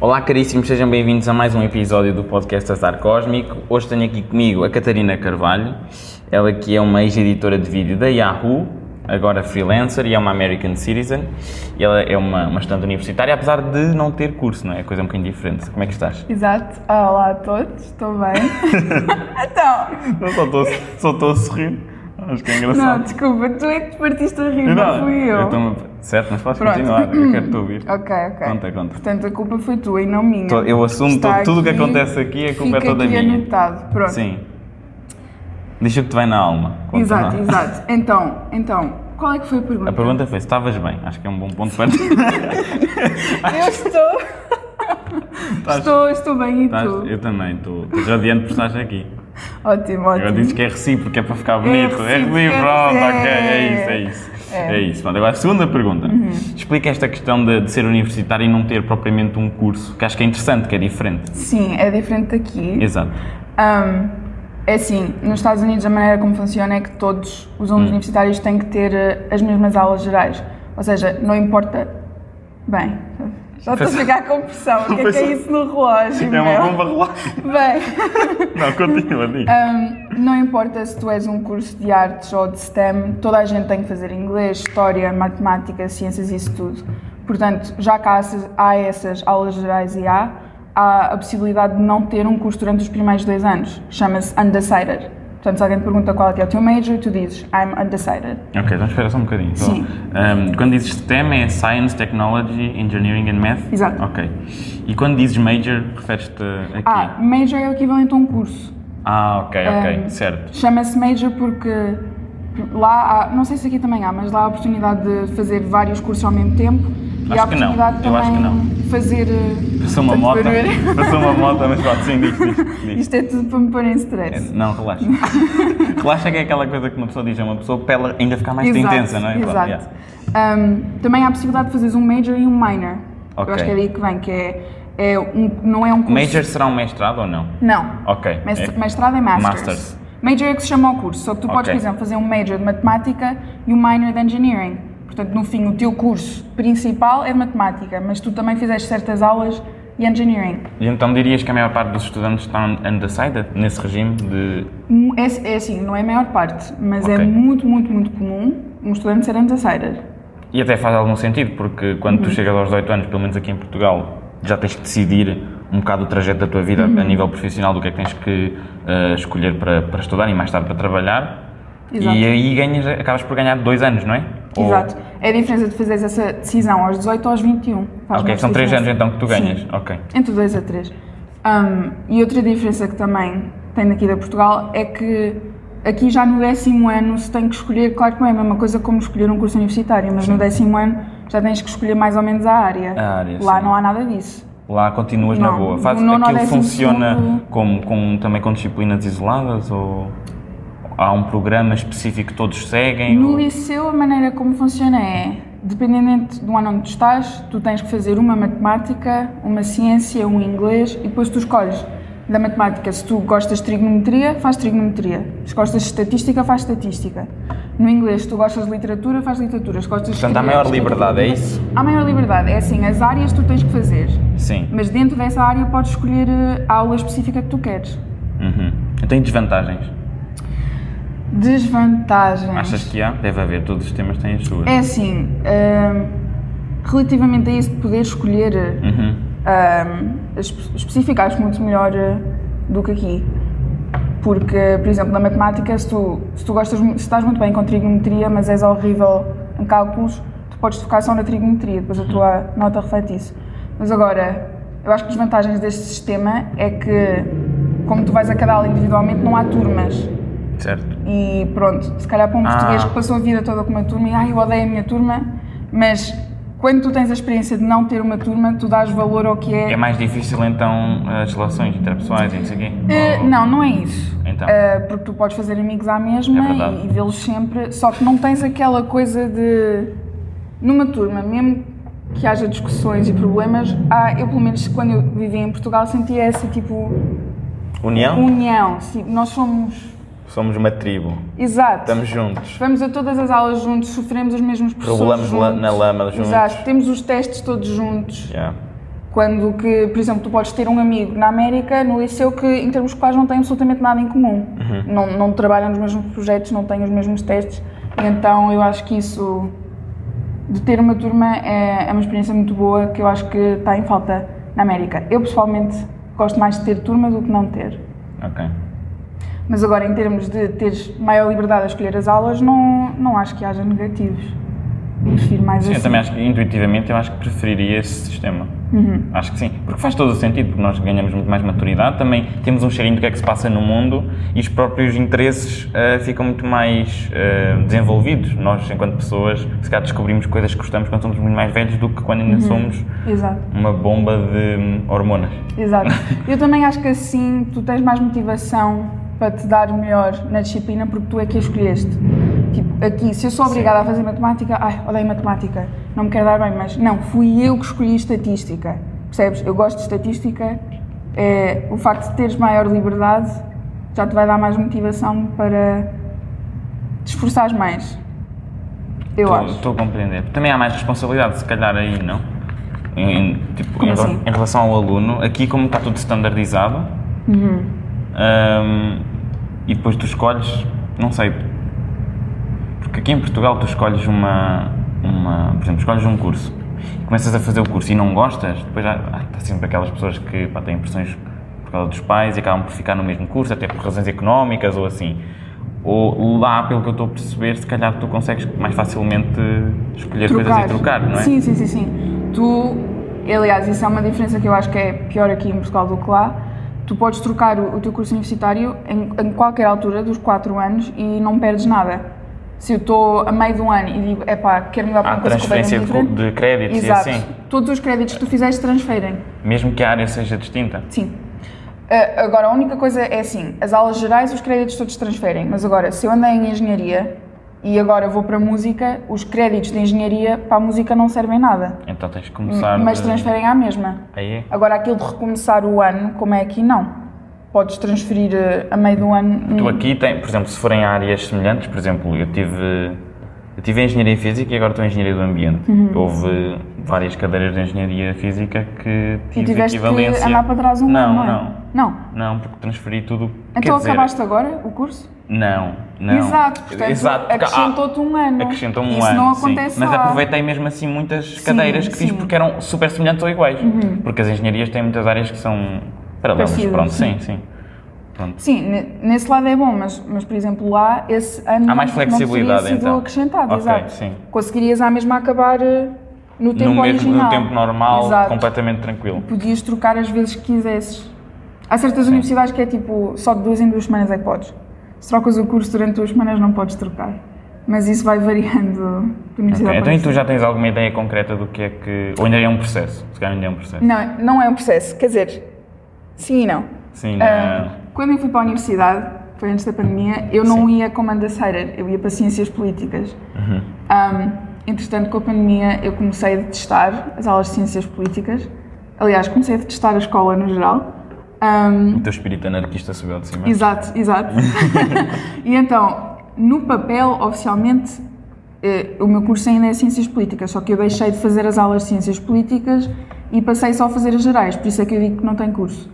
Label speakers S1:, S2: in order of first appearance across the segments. S1: Olá, caríssimos, sejam bem-vindos a mais um episódio do podcast Azar Cósmico. Hoje tenho aqui comigo a Catarina Carvalho, ela que é uma ex-editora de vídeo da Yahoo, agora freelancer e é uma American Citizen. E ela é uma, uma estudante universitária, apesar de não ter curso, não é? Coisa um bocadinho diferente. Como é que estás?
S2: Exato. Ah, Olá a todos, estou bem. então,
S1: Não, só estou só estou a sorrir. Acho que é
S2: não,
S1: engraçado.
S2: desculpa, tu é que te partiste a rir, não, fui eu.
S1: estou- Certo, mas podes
S2: Pronto.
S1: continuar, eu quero te ouvir.
S2: Ok, ok.
S1: Conta, conta.
S2: Portanto, a culpa foi tua e não minha.
S1: Tô- eu assumo
S2: Está
S1: tudo- tudo o que
S2: aqui,
S1: acontece aqui, a culpa é
S2: fica
S1: toda
S2: aqui
S1: minha.
S2: anotado, pronto.
S1: Sim. Deixa o que te vai na alma. Conta
S2: Exato,
S1: lá.
S2: exato. Então, então, qual é que foi a pergunta?
S1: A pergunta foi: se estavas bem? Acho que é um bom ponto para.
S2: Eu estou... estou, estou bem e
S1: Estás-
S2: tu?
S1: eu também estou estou radiante por estares aqui.
S2: Ótimo,
S1: Agora
S2: ótimo.
S1: dizes que é recíproco, é para ficar bonito. É
S2: recíproco,
S1: recíproco,
S2: é-
S1: pronto,
S2: é-
S1: ok, é isso, é isso. É,
S2: é.
S1: isso. Pronto, agora, a segunda pergunta. Explica esta questão de, de ser universitário e não ter propriamente um curso, que acho que é interessante, que é diferente.
S2: Sim, é diferente daqui.
S1: Exato.
S2: Ahm, é assim, nos Estados Unidos a maneira como funciona é que todos os alunos
S1: Hum.
S2: universitários têm que ter eh, as mesmas aulas gerais. Ou seja, não importa. Bem, já estou a ficar com pressão. O que é que é isso no relógio?
S1: É uma
S2: meu?
S1: bomba relógio.
S2: Bem,
S1: Não, continua, diga.
S2: ahm, não importa se tu és um curso de artes ou de STEM, toda a gente tem que fazer inglês, história, matemática, ciências, isso tudo. Portanto, já que há essas, há essas aulas gerais e há, há a possibilidade de não ter um curso durante os primeiros dois anos. Chama-se undecided. Portanto, se alguém te pergunta qual é que é o teu major, tu dizes I'm undecided.
S1: Ok, vamos esperar só um bocadinho. só.
S2: Sim.
S1: Ahm, quando dizes STEM é Science, Technology, Engineering and Math?
S2: Exato.
S1: Ok. E quando dizes Major, referes-te a quê?
S2: Ah, major é o equivalente a um curso.
S1: Ah, ok, ok,
S2: Ahm,
S1: certo.
S2: Chama-se major porque lá há, não sei se aqui também há, mas lá há a oportunidade de fazer vários cursos ao mesmo tempo e
S1: Acho
S2: há a
S1: que não.
S2: oportunidade
S1: Eu acho que
S2: também de fazer. eh,
S1: Passou uma
S2: tanto
S1: moto,
S2: barulho.
S1: passou uma moto, mas pronto, sim, diz, diz, diz.
S2: Isto é tudo para me pôr em stress.
S1: Não, relaxa. relaxa que é aquela coisa que uma pessoa diz a uma pessoa para ela ainda ficar mais intensa, não é? Pronto,
S2: Exato.
S1: yeah.
S2: Um, também há a possibilidade de fazeres um major e um minor.
S1: Ok.
S2: Eu acho que é daí que vem, que é, é um, não é um curso.
S1: Major será um mestrado ou não?
S2: Não.
S1: Ok.
S2: Mas-
S1: é-
S2: Mestrado é Masters.
S1: Masters.
S2: Major é que se chama o curso, só que tu podes,
S1: Ok.
S2: por exemplo, fazer um Major de Matemática e um Minor de Engineering. Portanto, no fim, o teu curso principal é de Matemática, mas tu também fizeste certas aulas de Engineering.
S1: E então dirias que a maior parte dos estudantes está undecided nesse regime de.
S2: Mu- É, é assim, não é a maior parte, mas é
S1: Ok.
S2: muito, muito, muito comum um estudante ser undecided.
S1: E até faz algum sentido, porque quando
S2: Uhum.
S1: tu chegas aos 18 anos, pelo menos aqui em Portugal, já tens que decidir um bocado o trajeto da tua vida
S2: Uhum.
S1: a nível profissional, do que é que tens que eh, escolher para, para estudar e mais tarde para trabalhar.
S2: Exato.
S1: E aí ganhas, acabas por ganhar dois anos, não é? Ou-
S2: Exato. É a diferença de fazeres essa decisão aos 18 ou aos 21.
S1: Ah,
S2: Faz
S1: Ok,
S2: muita
S1: são três anos
S2: diferença.
S1: então que tu ganhas.
S2: Sim.
S1: Ok.
S2: Entre 2 a 3. e outra diferença que também tem daqui da Portugal é que aqui já no décimo ano se tem que escolher, claro que não é a mesma coisa como escolher um curso universitário, mas no décimo ano já tens que escolher mais ou menos a área.
S1: A área,
S2: Lá
S1: sim.
S2: não há nada disso.
S1: Lá continuas na
S2: Não,
S1: boa.
S2: do
S1: Faz,
S2: nono ao
S1: aquilo
S2: décimo
S1: funciona
S2: segundo-
S1: como, como- também com disciplinas isoladas ou há um programa específico que todos seguem?
S2: No
S1: ou-
S2: liceu a maneira como funciona é, dependente do ano onde tu estás, tu tens que fazer uma matemática, uma ciência, um inglês e depois tu escolhes da matemática, se tu gostas de trigonometria, faz trigonometria. Se gostas de estatística, faz estatística. No inglês, se tu gostas de literatura, faz literatura. Se gostas de
S1: Portanto, há
S2: escrever,
S1: maior
S2: escrever.
S1: liberdade, é isso?
S2: Há maior liberdade. É assim, as áreas tu tens que fazer,
S1: Sim.
S2: mas dentro dessa área podes escolher eh, a aula específica que tu queres.
S1: Uhum. Tem desvantagens?
S2: Desvantagens.
S1: Achas que há? Deve haver, todos os temas têm as suas.
S2: É assim, ahm, relativamente a isso de poder escolher
S1: Uhum.
S2: ahm, espe- específico, acho muito melhor ah, do que aqui. Porque, por exemplo, na matemática, se tu, se tu gostas, mu- se estás muito bem com trigonometria, mas és horrível em cálculos, tu podes focar só na trigonometria, depois a tua nota reflete isso. Mas agora, eu acho que as vantagens deste sistema é que, como tu vais a cada aula individualmente, não há turmas.
S1: Certo.
S2: E pronto, se calhar para um
S1: Ah.
S2: português que passou a vida toda com uma turma e ai, eu odeio a minha turma, mas quando tu tens a experiência de não ter uma turma, tu dás valor ao que é.
S1: É mais difícil então as relações interpessoais e não sei o quê?
S2: Eh,
S1: Ou-
S2: não, não é isso.
S1: Então.
S2: Eh, porque tu podes fazer amigos à
S1: É
S2: mesma
S1: verdade.
S2: e, e vê-los sempre, só que não tens aquela coisa de. Numa turma, mesmo que haja discussões e problemas, há, eu pelo menos quando eu vivia em Portugal sentia essa tipo Um
S1: União?
S2: união, sim, nós somos,
S1: Somos uma tribo.
S2: exato,
S1: Estamos juntos.
S2: vamos a todas as aulas juntos, sofremos os mesmos professores
S1: Rebolamos la-
S2: juntos.
S1: na lama juntos.
S2: Exato, temos os testes todos juntos,
S1: Yeah.
S2: quando que, por exemplo, tu podes ter um amigo na América, no liceu, que em termos escolares não tem absolutamente nada em comum.
S1: Uhum.
S2: Não, não trabalham nos mesmos projetos, não têm os mesmos testes. Então eu acho que isso de ter uma turma é, é uma experiência muito boa que eu acho que está em falta na América. Eu pessoalmente gosto mais de ter turma do que não ter.
S1: Ok.
S2: Mas agora, em termos de teres maior liberdade a escolher as aulas, não, não acho que haja negativos. Prefiro mais
S1: Sim,
S2: assim.
S1: eu também acho que intuitivamente eu acho que preferiria esse sistema.
S2: Uhum.
S1: Acho que sim. Porque faz todo o sentido, porque nós ganhamos muito mais maturidade, também temos um cheirinho do que é que se passa no mundo e os próprios interesses eh, ficam muito mais eh, desenvolvidos. Nós, enquanto pessoas, se calhar descobrimos coisas que gostamos quando somos muito mais velhos do que quando ainda
S2: Uhum.
S1: somos
S2: Exato.
S1: uma bomba de hum, hormonas.
S2: Exato. Eu também acho que assim tu tens mais motivação para te dar melhor na disciplina porque tu é que a escolheste. Tipo, aqui, se eu sou obrigada a fazer matemática, ai, odeio matemática, não me quero dar bem, mas não, fui eu que escolhi estatística. Percebes? Eu gosto de estatística, é, o facto de teres maior liberdade já te vai dar mais motivação para te esforçares mais. Eu
S1: Estou-
S2: acho.
S1: Estou a compreender. Também há mais responsabilidade, se calhar, aí, não? Em, em- tipo,
S2: Como
S1: em,
S2: assim?
S1: em relação ao aluno, aqui como está tudo standardizado,
S2: Uhum.
S1: hum, e depois tu escolhes, não sei, porque aqui em Portugal tu escolhes uma, uma por exemplo, escolhes um curso, começas a fazer o curso e não gostas, depois há, há está sempre aquelas pessoas que pá, têm pressões por causa dos pais e acabam por ficar no mesmo curso, até por razões económicas ou assim. Ou lá, pelo que eu estou a perceber, se calhar tu consegues mais facilmente escolher coisas e trocar, não é?
S2: Sim, sim, sim, sim. Tu, aliás, isso é uma diferença que eu acho que é pior aqui em Portugal do que lá. Tu podes trocar o, o teu curso universitário em, em qualquer altura dos 4 anos e não perdes nada. Se eu estou a meio de um ano e digo, epá, quero mudar para
S1: Há
S2: uma coisa
S1: transferência de,
S2: completamente
S1: cu-
S2: diferente.
S1: de créditos
S2: Exato.
S1: e assim,
S2: Todos os créditos que tu fizeste transferem.
S1: mesmo que a área seja distinta.
S2: Sim. Ah, agora, a única coisa é assim: as aulas gerais, os créditos todos transferem. Mas agora, se eu andei em engenharia e agora vou para música, os créditos de engenharia para a música não servem nada.
S1: Então tens de começar.
S2: Mas
S1: de-
S2: transferem à mesma.
S1: Aí é.
S2: Agora, aquilo de recomeçar o ano, como é aqui, não. Podes transferir eh, a meio do ano.
S1: Tu
S2: hum,
S1: aqui tem, por exemplo, se forem áreas semelhantes, por exemplo, eu tive eu tive engenharia física e agora estou em engenharia do ambiente.
S2: Uhum.
S1: Houve várias cadeiras de engenharia física que
S2: e
S1: tive
S2: tiveste que
S1: equivalência.
S2: andar para trás um
S1: não,
S2: ano, não é?
S1: não.
S2: Não.
S1: Não, porque transferi tudo.
S2: Então
S1: quer dizer,
S2: acabaste agora o curso?
S1: Não, não.
S2: Exato, portanto
S1: Exato, porque há-
S2: acrescentou-te um ano.
S1: Acrescentou-me um
S2: Isso
S1: ano.
S2: não
S1: sim.
S2: acontece
S1: Mas
S2: lá.
S1: aproveitei mesmo assim muitas cadeiras que fiz
S2: sim. Uhum.
S1: porque eram super semelhantes ou iguais. Porque as engenharias têm muitas áreas que são paralelas.
S2: Parecidas,
S1: Pronto,
S2: sim.
S1: sim, sim. Pronto.
S2: Sim, ne- nesse lado é bom, mas, mas por exemplo lá, esse ano
S1: Há mais
S2: não- não
S1: flexibilidade,
S2: teria sido
S1: então.
S2: acrescentado,
S1: Ok,
S2: exato.
S1: sim.
S2: Conseguirias à mesma acabar eh, no tempo
S1: no, mesmo,
S2: original.
S1: no tempo normal,
S2: exato.
S1: completamente tranquilo.
S2: Podias trocar as vezes que quisesses. Há certas universidades que é tipo, só de duas em duas semanas é que podes. Se trocas o curso durante duas semanas não podes trocar. Mas isso vai variando de
S1: Ok,
S2: universidade
S1: Então
S2: para
S1: e tu já tens alguma ideia concreta do que é que. Ou ainda é um processo? Se calhar ainda é um processo.
S2: Não, não é um processo. Quer dizer, sim e não.
S1: Sim,
S2: Ah,
S1: não.
S2: quando eu fui para a universidade, foi antes da pandemia, eu não ia com Mandaceira, eu ia para Ciências Políticas.
S1: Uhum.
S2: Ah, entretanto, com a pandemia, eu comecei a detestar as aulas de Ciências Políticas. Aliás, comecei a detestar a escola no geral. Ah,
S1: O teu espírito anarquista subiu de cima.
S2: Exato, exato. e então, no papel, oficialmente, eh, o meu curso ainda é Ciências Políticas, só que eu deixei de fazer as aulas de Ciências Políticas e passei só a fazer as gerais, por isso é que eu digo que não tem curso.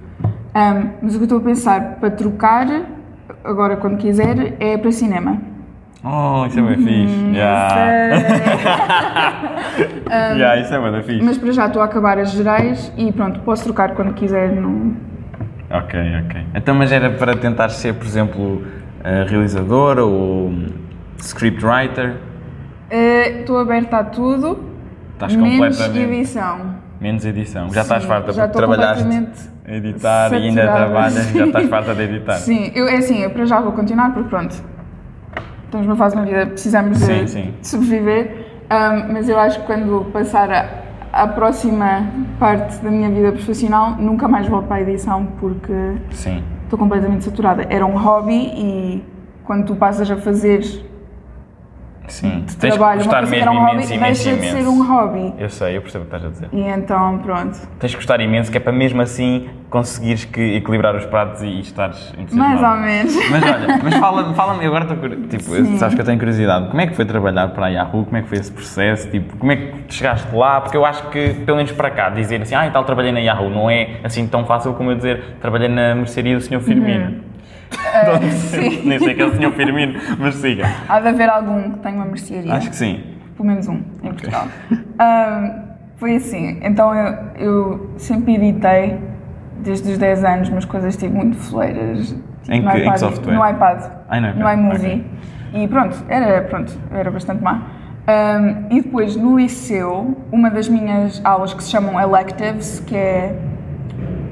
S2: Ahm, mas o que eu estou a pensar para trocar, agora quando quiser, é para cinema.
S1: Oh, isso é
S2: Uhum.
S1: bem fixe. Já,
S2: Eh,
S1: Já, isso é bem fixe.
S2: mas para já estou a acabar as gerais e pronto, posso trocar quando quiser. Não...
S1: Ok, ok. Então, mas era para tentar ser, por exemplo, eh, realizadora ou hum, scriptwriter?
S2: Eh, Estou aberta a tudo,
S1: Estás
S2: menos
S1: completamente.
S2: edição.
S1: Menos edição. Já estás
S2: Sim,
S1: farta
S2: já
S1: porque
S2: estou
S1: trabalhaste
S2: completamente
S1: a editar e ainda
S2: saturada.
S1: trabalhas, já estás farta de editar.
S2: Sim, eu, é assim, eu para já vou continuar, porque pronto, estamos numa fase na vida, precisamos de,
S1: Sim, sim.
S2: de sobreviver, Ahm, mas eu acho que quando passar a- à próxima parte da minha vida profissional, nunca mais volto para a edição, porque
S1: Sim.
S2: estou completamente saturada. Era um hobby e quando tu passas a fazer
S1: Sim, tu tens
S2: trabalho,
S1: que gostar
S2: uma coisa que
S1: mesmo
S2: era um hobby,
S1: imenso, imenso,
S2: deixa
S1: imenso.
S2: de ser um hobby.
S1: Eu sei, eu percebo o que estás a dizer.
S2: E então, pronto.
S1: Tens que gostar imenso, que é para mesmo assim conseguires que equilibrar os pratos e, e estares
S2: Mais
S1: entusiasmado.
S2: ou menos.
S1: Mas olha, mas fala-me, fala-me, eu agora estou curioso. Tipo, eu- sabes que eu tenho curiosidade. Como é que foi trabalhar para a Yahoo? Como é que foi esse processo? Tipo, como é que chegaste lá? Porque eu acho que, pelo menos para cá, dizer assim, ah, e tal, trabalhei na Yahoo, não é assim tão fácil como eu dizer, trabalhei na mercearia do Sr. Firmino.
S2: Uhum. Ah, sim.
S1: Nem sei que é o Sr. Firmino, mas siga.
S2: Há de haver algum que tenha uma mercearia.
S1: Acho que sim.
S2: Pelo menos um, em Portugal. Ah, foi assim, então eu, eu sempre editei, desde os 10 anos, umas coisas tipo muito fleiras. tipo,
S1: Em
S2: no
S1: que- em que
S2: iPad,
S1: software?
S2: No iPad.
S1: Ah, no iPad,
S2: No iMovie.
S1: ok.
S2: E pronto, era, pronto, era bastante má. Ah, e depois, no liceu, uma das minhas aulas que se chamam electives, que é...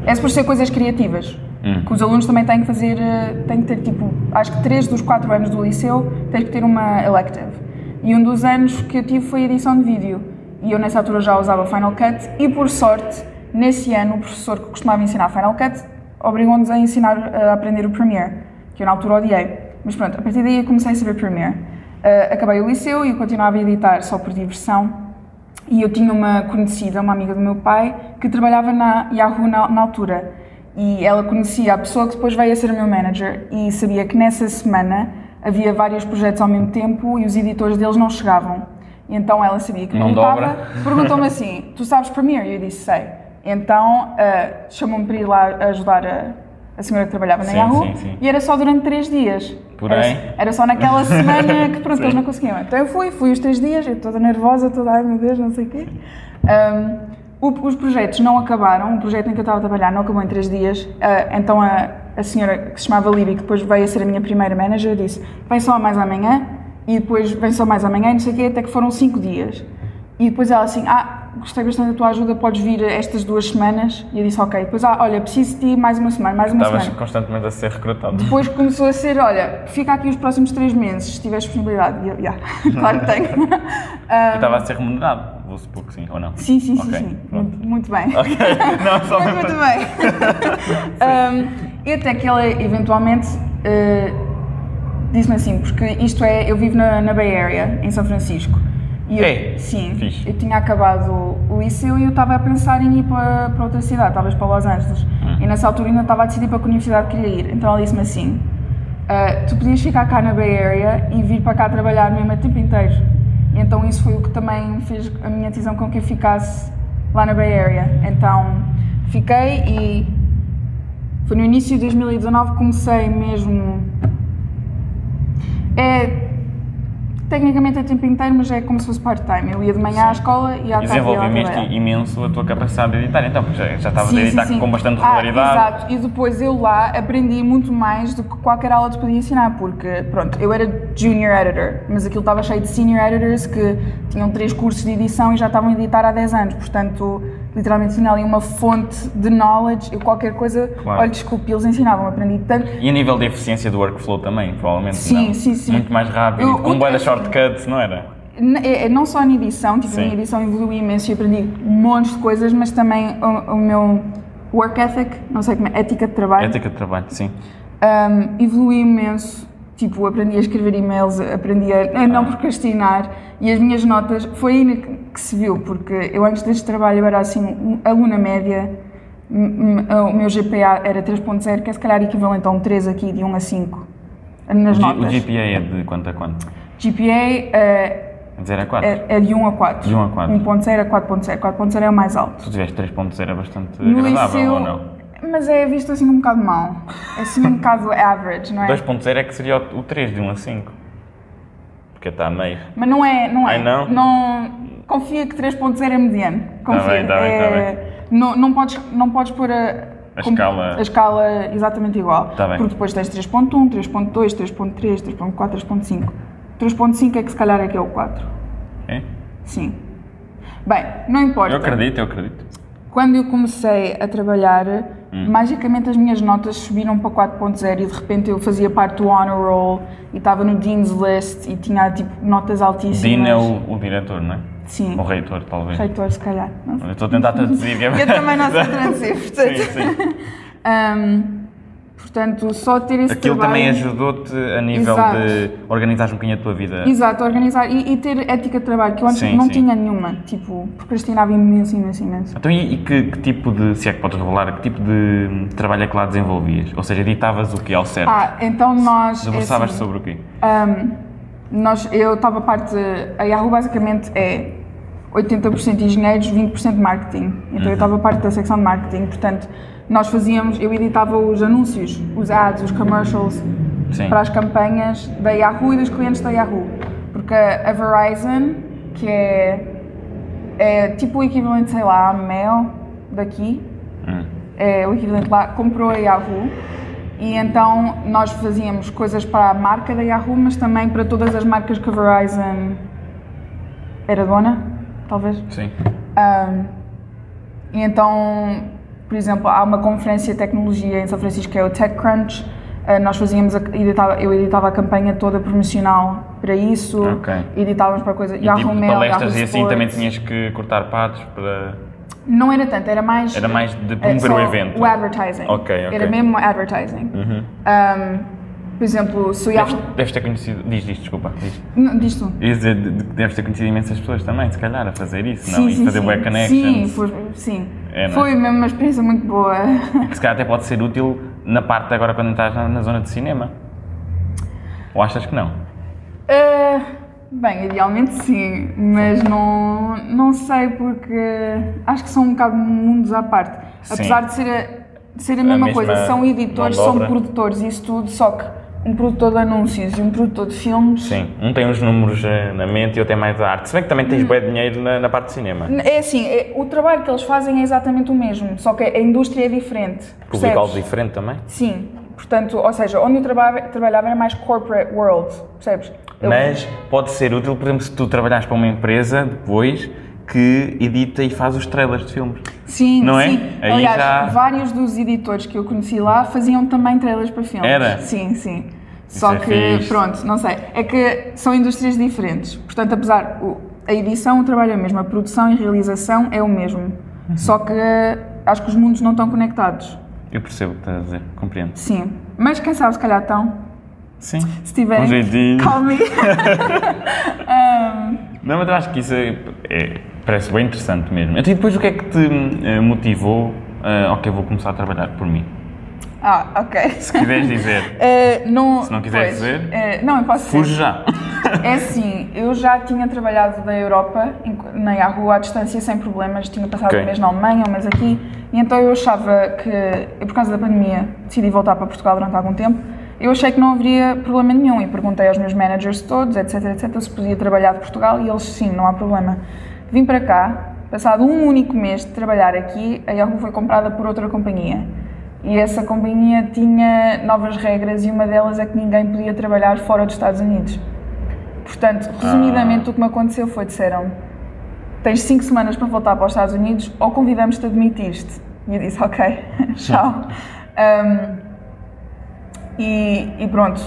S2: É suposto ser coisas criativas. Que os alunos também têm que fazer, eh, têm que ter tipo, acho que três dos quatro anos do liceu tens que ter uma elective. E um dos anos que eu tive foi edição de vídeo. E eu nessa altura já usava Final Cut e por sorte, nesse ano, o professor que costumava ensinar Final Cut obrigou-nos a ensinar eh, a aprender o Premiere, que eu na altura odiei. Mas pronto, a partir daí eu comecei a saber Premiere. Eh, acabei o liceu e eu continuava a editar só por diversão. E eu tinha uma conhecida, uma amiga do meu pai, que trabalhava na Yahoo na, na altura. E ela conhecia a pessoa que depois veio a ser o meu manager e sabia que nessa semana havia vários projetos ao mesmo tempo e os editores deles não chegavam. E então ela sabia que eu
S1: Não
S2: estava,
S1: dobra.
S2: perguntou-me assim: Tu sabes Premiere? E eu disse: Sei. Então ah, chamou-me para ir lá ajudar a, a senhora que trabalhava na
S1: Sim,
S2: Yahoo
S1: sim, sim.
S2: e era só durante três dias.
S1: Porém.
S2: Era, era só naquela semana que pronto, eles não conseguiam. Então eu fui, fui os três dias, eu toda nervosa, toda ai meu Deus, não sei o quê. Ahm, o- os projetos não acabaram, o projeto em que eu estava a trabalhar não acabou em três dias, Ah, então a, a senhora que se chamava Lídia, que depois veio a ser a minha primeira manager, disse, vem só mais amanhã, e depois vem só mais amanhã, e não sei o quê, até que foram cinco dias. E depois ela assim, ah, gostei bastante da tua ajuda, podes vir estas duas semanas? E eu disse, ok. Depois, ah, olha, preciso de ti mais uma semana, mais uma
S1: Estavas
S2: semana.
S1: constantemente a ser recrutado.
S2: Depois começou a ser, olha, fica aqui os próximos três meses, se tiveres disponibilidade. E eu, "Ya, claro que tenho. Ah,
S1: E estava a ser remunerado, vou supor que sim, ou não?
S2: Sim, sim, sim,
S1: Então. Ok,
S2: sim.
S1: pronto.
S2: Muito, muito bem.
S1: Ok, não, só
S2: Mas
S1: mesmo
S2: muito
S1: para-
S2: bem. Um, e até que ele eventualmente uh, disse-me assim, porque isto é, eu vivo na, na Bay Area, em São Francisco. E eu,
S1: É?
S2: sim,
S1: Fixe.
S2: eu tinha acabado o liceu e eu estava a pensar em ir para, para outra cidade, talvez para Los Angeles. E nessa altura ainda estava a decidir para que universidade queria ir. Então ela disse-me assim, "Ah, tu podias ficar cá na Bay Area e vir para cá trabalhar mesmo o tempo inteiro. E então isso foi o que também fez a minha decisão com que eu ficasse lá na Bay Area. Então fiquei e foi no início de 2019 que comecei mesmo. É. Tecnicamente é tempo inteiro, mas é como se fosse part-time. Eu ia de manhã à escola e à
S1: E
S2: tarde ia lá trabalhar.
S1: desenvolvimento imenso a tua capacidade de editar, então, porque já, já estavas a
S2: Sim,
S1: editar
S2: sim, sim.
S1: com bastante
S2: Ah,
S1: regularidade.
S2: exato, e depois eu lá aprendi muito mais do que qualquer aula te podia ensinar, porque, pronto, eu era junior editor, mas aquilo estava cheio de senior editors que tinham três cursos de edição e já estavam a editar há 10 anos, portanto, literalmente tinha ali uma fonte de knowledge, eu qualquer coisa,
S1: Claro.
S2: olha, desculpe, eles ensinavam, aprendi tanto.
S1: E a nível de eficiência do workflow também, provavelmente
S2: Sim,
S1: não.
S2: sim, sim.
S1: Muito mais rápido,
S2: Eu-
S1: com
S2: o
S1: bué da
S2: tempo-
S1: shortcut, não era?
S2: N- é- é Não só na edição, tipo, a minha
S1: Sim.
S2: edição evoluiu imenso e aprendi montes de coisas, mas também o, o meu work ethic, não sei como é, ética de trabalho.
S1: Ética de trabalho, sim.
S2: Um, evolui imenso. Tipo, aprendi a escrever e-mails, aprendi a, a
S1: Ah.
S2: não procrastinar e as minhas notas. Foi aí que que se viu, porque eu antes deste trabalho era assim, um- aluna média, m- m- o meu GPA era 3.0, que é se calhar equivalente a um 3 aqui, de 1 a 5 nas
S1: O G-
S2: notas.
S1: o GPA é de quanto a quanto?
S2: GPA eh,
S1: De 0 a 4.
S2: é, é de 1 a 4.
S1: De 1 a 4.
S2: 1.0 a 4.0. 4.0 é o mais alto.
S1: Tu tiveste 3.0 é bastante
S2: No
S1: agradável,
S2: liceu-
S1: ou não?
S2: Mas é visto assim um bocado mal. É assim um bocado average, não é?
S1: 2.0 é que seria o 3 de 1 a 5. Porque está a meio.
S2: Mas não é, não é.
S1: Ai, não?
S2: confia que 3.0 é mediano. Confia.
S1: bem, tá bem, tá
S2: É- Não, não, podes, não podes pôr a,
S1: A escala.
S2: a escala exatamente igual.
S1: Tá bem.
S2: Porque depois tens 3.1, 3.2, 3.3, 3.4, 3.5. 3.5 é que se calhar é que é o 4.
S1: É?
S2: Sim. Bem, não importa.
S1: Eu acredito, eu acredito.
S2: Quando eu comecei a trabalhar,
S1: Hum.
S2: magicamente as minhas notas subiram para 4.0 e de repente eu fazia parte do honor roll e estava no Dean's List e tinha tipo notas altíssimas.
S1: Dean é o, o diretor, não é?
S2: Sim.
S1: O reitor, talvez.
S2: Reitor, se calhar. Não sei.
S1: Eu estou a tentar traduzir. que é-
S2: Eu também não sei traduzir, portanto.
S1: Sim, sim.
S2: Um, Portanto, só ter esse
S1: Aquilo
S2: trabalho...
S1: também é ajudou-te a nível
S2: Exato.
S1: de organizares um bocadinho a tua vida.
S2: Exato, organizar e, e ter ética de trabalho, que eu antes
S1: Sim,
S2: não
S1: sim.
S2: tinha nenhuma. Tipo, procrastinava imenso, imenso, imenso.
S1: Então, e, e que, que tipo de, se é que podes revelar, que tipo de hum, trabalho é que lá desenvolvias? Ou seja, ditavas o que ao certo?
S2: Ah, então nós. é
S1: Debruçavas-te
S2: assim,
S1: sobre o quê?
S2: nós eu estava parte. A Yahoo basicamente é 80% de engenheiros, 20% de marketing. Então eu estava parte da secção de marketing. Portanto, nós fazíamos. Eu editava os anúncios, os ads, os commercials
S1: Sim.
S2: para as campanhas da Yahoo e dos clientes da Yahoo. Porque a Verizon, que é. É tipo o equivalente, sei lá, a Mel daqui,
S1: Hum.
S2: é, o equivalente lá, comprou a Yahoo e então nós fazíamos coisas para a marca da Yahoo, mas também para todas as marcas que a Verizon era dona, talvez.
S1: Sim.
S2: E então, por exemplo, há uma conferência de tecnologia em São Francisco que é o TechCrunch. eh, Nós fazíamos, a, editava, eu editava a campanha toda promocional para isso,
S1: Ok.
S2: editávamos para coisa,
S1: E tipo
S2: Yahoo
S1: de
S2: Mail,
S1: palestras
S2: Yahoo
S1: e assim também
S2: Sports.
S1: tinhas que cortar partes para.
S2: Não era tanto, era mais...
S1: Era mais de
S2: eh,
S1: promover
S2: só
S1: o um evento.
S2: O advertising.
S1: Ok, ok. Uhum.
S2: Era mesmo advertising. Um, por exemplo, se o
S1: Deves,
S2: Yahoo...
S1: deves ter conhecido. Diz, diz, desculpa. Diz.
S2: Não, Diz tu.
S1: Ias dizer de- de- Deves ter conhecido imensas pessoas também, se calhar, a fazer isso, não?
S2: Sim,
S1: e
S2: sim,
S1: fazer
S2: sim.
S1: web connections.
S2: Sim, foi, sim.
S1: É, não é?
S2: foi mesmo uma experiência muito boa.
S1: Que se calhar até pode ser útil na parte agora quando estás na, na zona de cinema. Ou achas que não?
S2: Eh, bem, idealmente sim, mas não, não sei porque acho que são um bocado mundos à parte.
S1: Sim.
S2: Apesar de ser a, de ser a mesma
S1: mesma
S2: coisa, são editores,
S1: mão de
S2: são
S1: obra.
S2: produtores, isso tudo, só que um produtor de anúncios e um produtor de filmes.
S1: Sim. Um tem uns números eh, na mente e outro é mais a arte. Se bem que também
S2: Hum.
S1: tens bem dinheiro na, na parte de cinema.
S2: É assim, é- o trabalho que eles fazem é exatamente o mesmo, só que a indústria é diferente.
S1: Público-alvo
S2: percebes?
S1: diferente também.
S2: Sim, portanto, ou seja, onde eu traba- trabalhava era mais corporate world, percebes? Eu-
S1: Mas pode ser útil, por exemplo, se tu trabalhares para uma empresa depois que edita e faz os trailers de filmes.
S2: Sim,
S1: Não é?
S2: sim.
S1: Aí
S2: Aliás,
S1: já-
S2: vários dos editores que eu conheci lá faziam também trailers para filmes.
S1: Era?
S2: Sim, sim. Só
S1: é
S2: que,
S1: fixe.
S2: pronto, não sei. É que são indústrias diferentes. Portanto, apesar. O, a edição, o trabalho é o mesmo. A produção e realização é o mesmo.
S1: Uhum.
S2: Só que acho que os mundos não estão conectados.
S1: Eu percebo o que estás a dizer, compreendo.
S2: Sim. Mas quem sabe, se calhar estão.
S1: Sim.
S2: Se tiverem.
S1: Um jeitinho.
S2: Call me.
S1: Não, mas eu acho que isso é, é- parece bem interessante mesmo. Então, e depois o que é que te eh, motivou? eh, ok, vou começar a trabalhar por mim.
S2: ah, ok.
S1: Se quiseres dizer,
S2: Eh, não,
S1: Se não quiseres
S2: pois,
S1: dizer,
S2: eh, não, eu posso dizer.
S1: fujo já.
S2: É assim, eu já tinha trabalhado da Europa, em- na Yahoo, à distância, sem problemas. Tinha passado
S1: Ok.
S2: um mês na Alemanha, um mês aqui. E então eu achava que, eu, por causa da pandemia, decidi voltar para Portugal durante algum tempo. Eu achei que não haveria problema nenhum e perguntei aos meus managers todos, etc, etc, se podia trabalhar de Portugal e eles, sim, não há problema. Vim para cá, passado um único mês de trabalhar aqui, a Yahoo foi comprada por outra companhia. E essa companhia tinha novas regras e uma delas é que ninguém podia trabalhar fora dos Estados Unidos. Portanto, resumidamente, o que me aconteceu foi: disseram tens cinco semanas para voltar para os Estados Unidos ou convidamos-te a demitir-te. E eu disse: ok, tchau. Um, e, e pronto,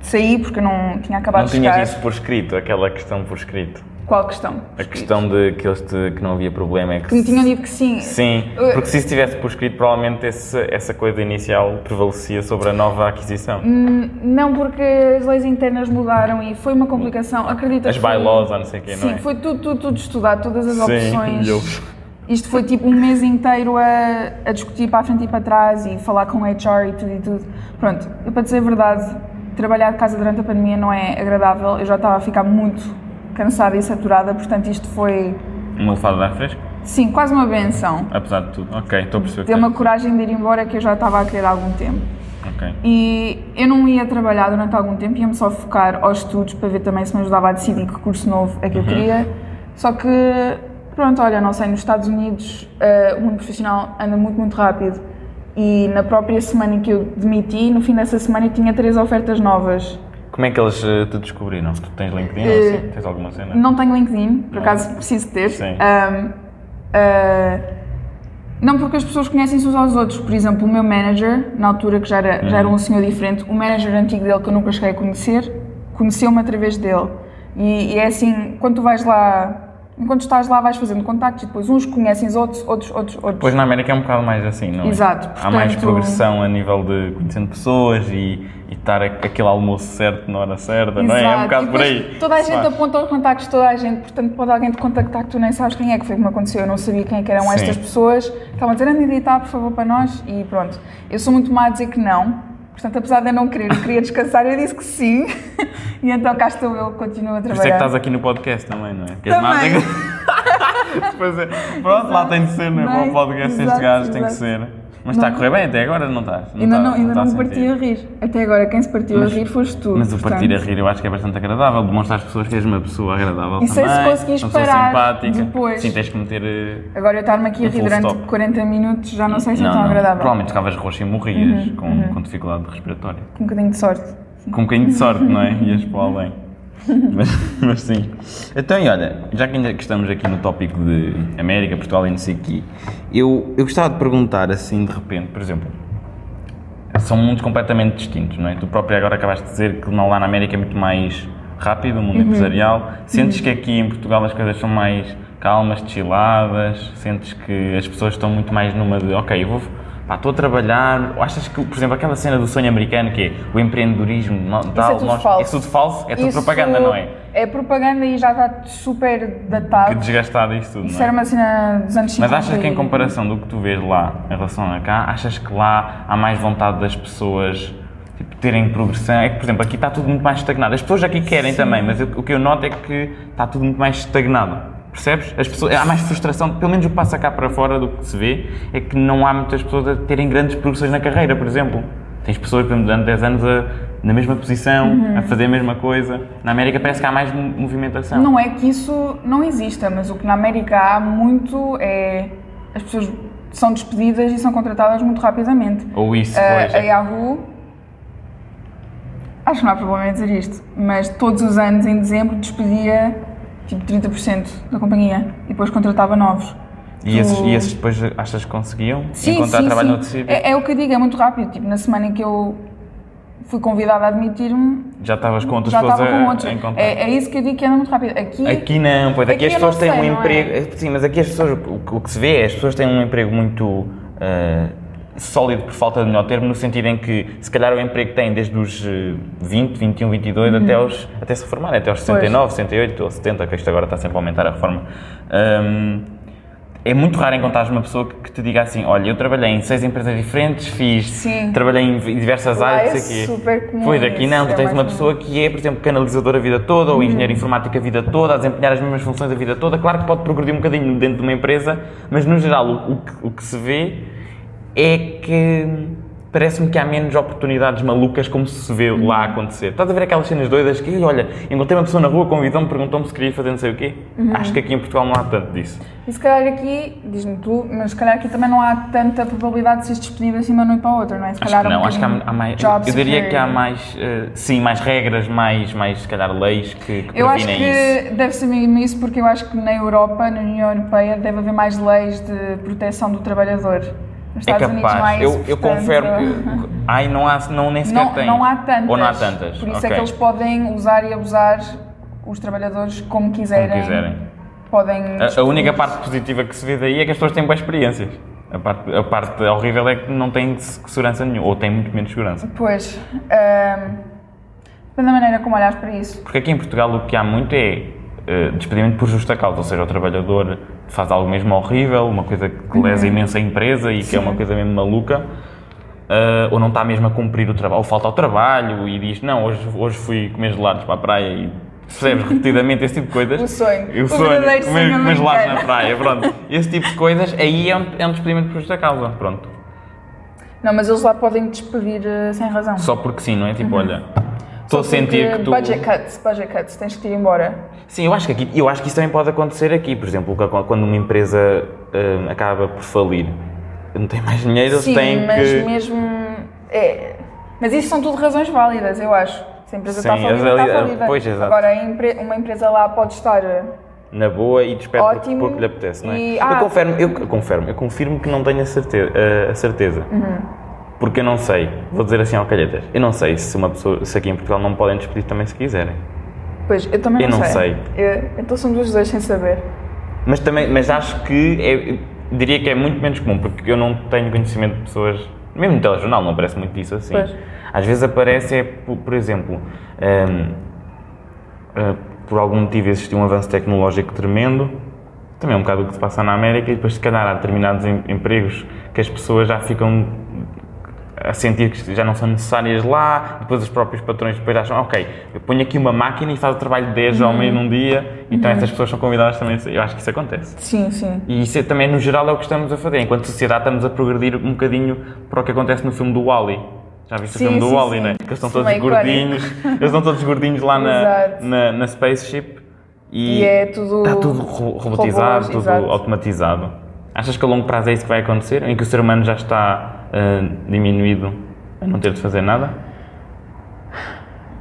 S2: saí porque eu não tinha acabado
S1: Não
S2: de chegar.
S1: tinhas isso por escrito, aquela questão por escrito.
S2: Qual questão?
S1: A questão de que, eles te- que não havia problema é que.
S2: Que me
S1: se-
S2: tinham dito que sim.
S1: Sim,
S2: Eu-
S1: porque se isso tivesse por escrito, provavelmente esse- essa coisa inicial prevalecia sobre a nova aquisição.
S2: Hum, Não, porque as leis internas mudaram e foi uma complicação. Acredita
S1: As
S2: que foi-
S1: bylaws, ou não sei o quê,
S2: então Sim,
S1: não é?
S2: foi tudo, tudo, tudo estudado, todas as
S1: Sim,
S2: opções.
S1: e eles-
S2: Isto foi tipo um mês inteiro a, a discutir para a frente e para trás e falar com o HR e tudo e tudo. Pronto, eu para dizer a verdade, trabalhar de casa durante a pandemia não é agradável. Eu já estava a ficar muito cansada e saturada, portanto isto foi,
S1: Uma lefada de ar fresco,
S2: sim, quase uma benção.
S1: apesar de tudo. Ok, estou a perceber. o que
S2: Deu uma
S1: estás-
S2: coragem de ir embora que eu já estava a querer há algum tempo.
S1: Ok.
S2: E eu não ia trabalhar durante algum tempo, ia-me só focar aos estudos para ver também se me ajudava a decidir que curso novo é que eu queria. Só que, pronto, olha, não sei, nos Estados Unidos eh, o mundo profissional anda muito, muito rápido. E na própria semana em que eu demiti, no fim dessa semana eu tinha três ofertas novas.
S1: Como é que eles eh, te descobriram? Tu tens LinkedIn ou
S2: Eh,
S1: assim? Tens alguma cena?
S2: Não tenho LinkedIn, por acaso preciso ter.
S1: Sim.
S2: Ahm, ah, não porque as pessoas conhecem-se uns aos outros. Por exemplo, o meu manager, na altura que já era, já
S1: Hum.
S2: era um senhor diferente, o manager antigo dele que eu nunca cheguei a conhecer, conheceu-me através dele. E, e é assim, quando tu vais lá enquanto estás lá vais fazendo contactos e depois uns conhecem os outros, outros, outros, outros.
S1: Depois na América é um bocado mais assim, não é?
S2: Exato,
S1: Há mais
S2: portanto-
S1: progressão a nível de conhecendo pessoas e, e estar a- aquele almoço certo na hora certa, não é? É um
S2: Exato.
S1: bocado
S2: E
S1: por
S2: depois
S1: aí.
S2: Toda a
S1: Se
S2: gente
S1: faz.
S2: aponta os contactos, de toda a gente, portanto pode alguém te contactar que tu nem sabes quem é que foi que me aconteceu, eu não sabia quem é que eram
S1: Sim.
S2: estas pessoas, estavam a dizer, anda editar por favor para nós e pronto. Eu sou muito má a dizer que não, portanto apesar de eu não querer, eu queria descansar, eu disse que sim e então cá estou eu, continuo a
S1: Por isso é que
S2: trabalhar.
S1: estás aqui no podcast também, não é? Porque
S2: Também.
S1: nada- Pois é. Pronto, lá tem de ser, não é? Para o
S2: Bem,
S1: podcast este
S2: exato,
S1: gajo tem que
S2: exato.
S1: ser. Mas está a correr bem até agora, não estás?
S2: Ainda
S1: está-
S2: não, ainda
S1: está
S2: não
S1: a
S2: me
S1: sentir.
S2: parti a rir. Até agora, quem se partiu
S1: Mas-
S2: a rir foste tu.
S1: Mas o partir
S2: portanto.
S1: a rir eu acho que é bastante agradável, demonstra às pessoas que és uma pessoa agradável
S2: E sei se
S1: também,
S2: conseguis
S1: uma pessoa
S2: parar
S1: simpática.
S2: depois.
S1: Sim, tens que meter... eh,
S2: Agora eu estar-me aqui a
S1: Um
S2: rir
S1: full
S2: durante
S1: stop.
S2: 40 minutos já não sei se é tão agradável. Uhum,
S1: Provavelmente ficavas roxo e morrias com, com dificuldade respiratória.
S2: Com um bocadinho de sorte.
S1: Com um bocadinho de sorte, não é? Ias para além. mas, mas sim. Então, e olha, já que ainda que estamos aqui no tópico de América, Portugal e não sei o quê, eu, eu gostava de perguntar assim de repente, por exemplo, são mundos completamente distintos, não é? Tu próprio agora acabaste de dizer que não lá na América é muito mais rápido, o
S2: Uhum.
S1: mundo é empresarial. Sentes que aqui em Portugal as coisas são mais calmas, chiladas? Sentes que as pessoas estão muito mais numa de, ok, eu vou, pá, estou a trabalhar. Ou achas que, por exemplo, aquela cena do sonho americano que é o empreendedorismo, não- tal,
S2: é tudo
S1: nós-
S2: falso.
S1: isso tudo falso, é tudo
S2: Isso
S1: propaganda, não é?
S2: É propaganda e já está super
S1: Que
S2: datado.
S1: desgastado isso tudo,
S2: Isso
S1: não é?
S2: era uma cena dos anos 50.
S1: Mas achas que em
S2: e-
S1: comparação do que tu vês lá em relação a cá, achas que lá há mais vontade das pessoas tipo, terem progressão? É que, por exemplo, aqui está tudo muito mais estagnado. As pessoas aqui querem também, mas eu- o que eu noto é que está tudo muito mais estagnado. Percebes? As pessoas, há mais frustração, pelo menos o que passa cá para fora do que se vê, é que não há muitas pessoas a terem grandes progressões na carreira, por exemplo. Tens pessoas, por exemplo, durante 10 anos a- na mesma posição,
S2: Uhum.
S1: a fazer a mesma coisa. Na América parece que há mais mo- movimentação.
S2: Não é que isso não exista, mas o que na América há muito é. As pessoas são despedidas e são contratadas muito rapidamente.
S1: Ou isso,
S2: A-
S1: pois,
S2: a
S1: é.
S2: Yahoo. Acho que não há problema em dizer isto, mas todos os anos, em dezembro, despedia tipo 30% da companhia e depois contratava novos.
S1: E esses,
S2: Tu-
S1: e esses depois achas que conseguiam encontrar trabalho noutro sítio?
S2: É, é o que eu digo, é muito rápido. Tipo, na semana em que eu fui convidada a admitir-me,
S1: Já estavas com outras
S2: já
S1: Um pessoas
S2: estava
S1: a,
S2: com outros.
S1: a encontrar?
S2: É, é isso que eu digo que anda muito rápido. Aqui,
S1: Aqui não, pois aqui,
S2: Aqui
S1: as
S2: eu não
S1: pessoas têm
S2: sei,
S1: um
S2: não é?
S1: emprego. é, Sim, mas aqui as pessoas, o, que- o que se vê é as pessoas têm um emprego muito ah, sólido, por falta de melhor termo, no sentido em que se calhar o emprego tem desde os eh, 20, 21, 22
S2: Uhum.
S1: até, aos, até se reformar, até aos 69, 68 ou 70, que isto agora está sempre a aumentar a reforma. Ahm, é muito raro encontrares uma pessoa que, que te diga assim: olha, eu trabalhei em seis empresas diferentes, fiz,
S2: Sim.
S1: trabalhei em vi- diversas
S2: Lá
S1: áreas,
S2: é
S1: não sei o quê.
S2: super comum
S1: Pois aqui
S2: isso,
S1: não, tu
S2: é
S1: tens
S2: mais
S1: uma
S2: comum.
S1: pessoa pessoa que é, por exemplo, canalizador a vida toda,
S2: Uhum.
S1: ou engenheiro informático a vida toda, a desempenhar as mesmas funções a vida toda, claro que pode progredir um bocadinho dentro de uma empresa, mas no geral o, o que, o que se vê é que parece-me que há menos oportunidades malucas como se vê
S2: Uhum.
S1: lá acontecer. Estás a ver aquelas cenas doidas que, "Ih, olha, encontrei uma pessoa na rua, convidou-me, perguntou-me se queria fazer não sei o quê. Acho que aqui em Portugal não há tanto disso.
S2: e Uhum. se calhar aqui, diz-me tu, mas se calhar aqui também não há tanta probabilidade de seres despedido assim de uma noite para a outra, não é? Se
S1: Acho
S2: calhar
S1: que
S2: um
S1: não, acho que há,
S2: bocadinho
S1: há mais.
S2: job
S1: Eu diria que há
S2: security.
S1: mais, eh, sim, mais regras, mais, mais, se calhar, leis que, que
S2: Eu acho
S1: previnem isso.
S2: que deve ser mesmo isso, porque eu acho que na Europa, na União Europeia, deve haver mais leis de proteção do trabalhador. Nos
S1: É
S2: Estados Unidos,
S1: capaz,
S2: mais.
S1: eu, eu
S2: portanto,
S1: confirmo. eu- Ai, não há, não, nem sequer
S2: Não,
S1: tem.
S2: não há tantas.
S1: Ou não há tantas.
S2: Por isso é
S1: ok.
S2: que eles podem usar e abusar os trabalhadores como quiserem.
S1: Como quiserem.
S2: Podem.
S1: A, a única parte positiva que se vê daí é que as pessoas têm boas experiências. A parte, a parte horrível é que não têm se- segurança nenhuma, ou têm muito menos segurança.
S2: Pois. hum, depende da maneira como olhas para isso.
S1: Porque aqui em Portugal o que há muito é eh, despedimento por justa causa, ou seja, o trabalhador faz algo mesmo horrível, uma coisa
S2: Uhum.
S1: que lesa imensa a empresa e que é uma coisa mesmo maluca, eh, ou não está mesmo a cumprir o trabalho, ou falta ao trabalho e diz, não, hoje, hoje fui comer gelados para a praia e percebes repetidamente esse tipo de coisas.
S2: O sonho.
S1: Eu
S2: O
S1: sonho,
S2: verdadeiro
S1: comer,
S2: sonho
S1: comer gelados na
S2: americano.
S1: praia, pronto. Esse tipo de coisas, aí é um, é um despedimento por justa causa, pronto.
S2: Não, mas eles lá podem despedir eh, sem razão.
S1: Só porque sim, não é? Tipo, olha, estou a
S2: Uhum. Só porque
S1: sentir que tu...
S2: Budget cuts, budget cuts, tens que te ir embora.
S1: Sim, eu acho que aqui, eu acho que isso também pode acontecer aqui, por exemplo, quando uma empresa hum, acaba por falir, não tem mais dinheiro, eles
S2: Sim,
S1: têm
S2: mas
S1: que
S2: mesmo. é, mas isso são tudo razões válidas, eu acho. Se a empresa está
S1: Sim,
S2: falida,
S1: as ali-
S2: está falida.
S1: pois, exato.
S2: Agora, a empre- uma empresa lá pode estar. eh,
S1: na boa e despede porque,
S2: Ótimo,
S1: porque lhe apetece, não é?
S2: e-
S1: eu
S2: ah.
S1: confirmo, eu c- confirmo, eu confirmo que não tenho a certeza, a- a certeza.
S2: Uhum.
S1: Porque eu não sei, vou dizer assim ao calhetas, eu não sei se uma pessoa, se aqui em Portugal não podem despedir também se quiserem.
S2: Pois, eu também
S1: Eu
S2: não
S1: não
S2: sei. Eu, então são duas dois sem saber.
S1: Mas, também, mas acho que é- diria que é muito menos comum, porque eu não tenho conhecimento de pessoas, mesmo no telejornal não aparece muito disso assim.
S2: Pois.
S1: Às vezes aparece, é, por, por exemplo, hum, uh, por algum motivo existiu um avanço tecnológico tremendo, também é um bocado o que se passa na América, e depois se calhar há determinados em- empregos que as pessoas já ficam a sentir que já não são necessárias lá, depois os próprios patrões depois acham, ok, eu ponho aqui uma máquina e faz o trabalho de 10 ao meio num dia, então essas pessoas são convidadas também, a sair. eu acho que isso acontece.
S2: Sim, sim.
S1: E isso é também, no geral, é o que estamos a fazer. Enquanto sociedade, estamos a progredir um bocadinho para o que acontece no filme do Wally. Já viste
S2: Sim,
S1: o filme do
S2: sim,
S1: Wally,
S2: sim.
S1: né? Que eles estão
S2: Isso
S1: todos
S2: é icónico.
S1: gordinhos, eles estão todos gordinhos lá na,
S2: Exato.
S1: na, na Spaceship. E,
S2: E é tudo
S1: Está tudo ro- robotizado,
S2: robôs,
S1: tudo
S2: exato.
S1: automatizado. Achas que a longo prazo é isso que vai acontecer? Em que o ser humano já está ah, diminuído a não ter de fazer nada?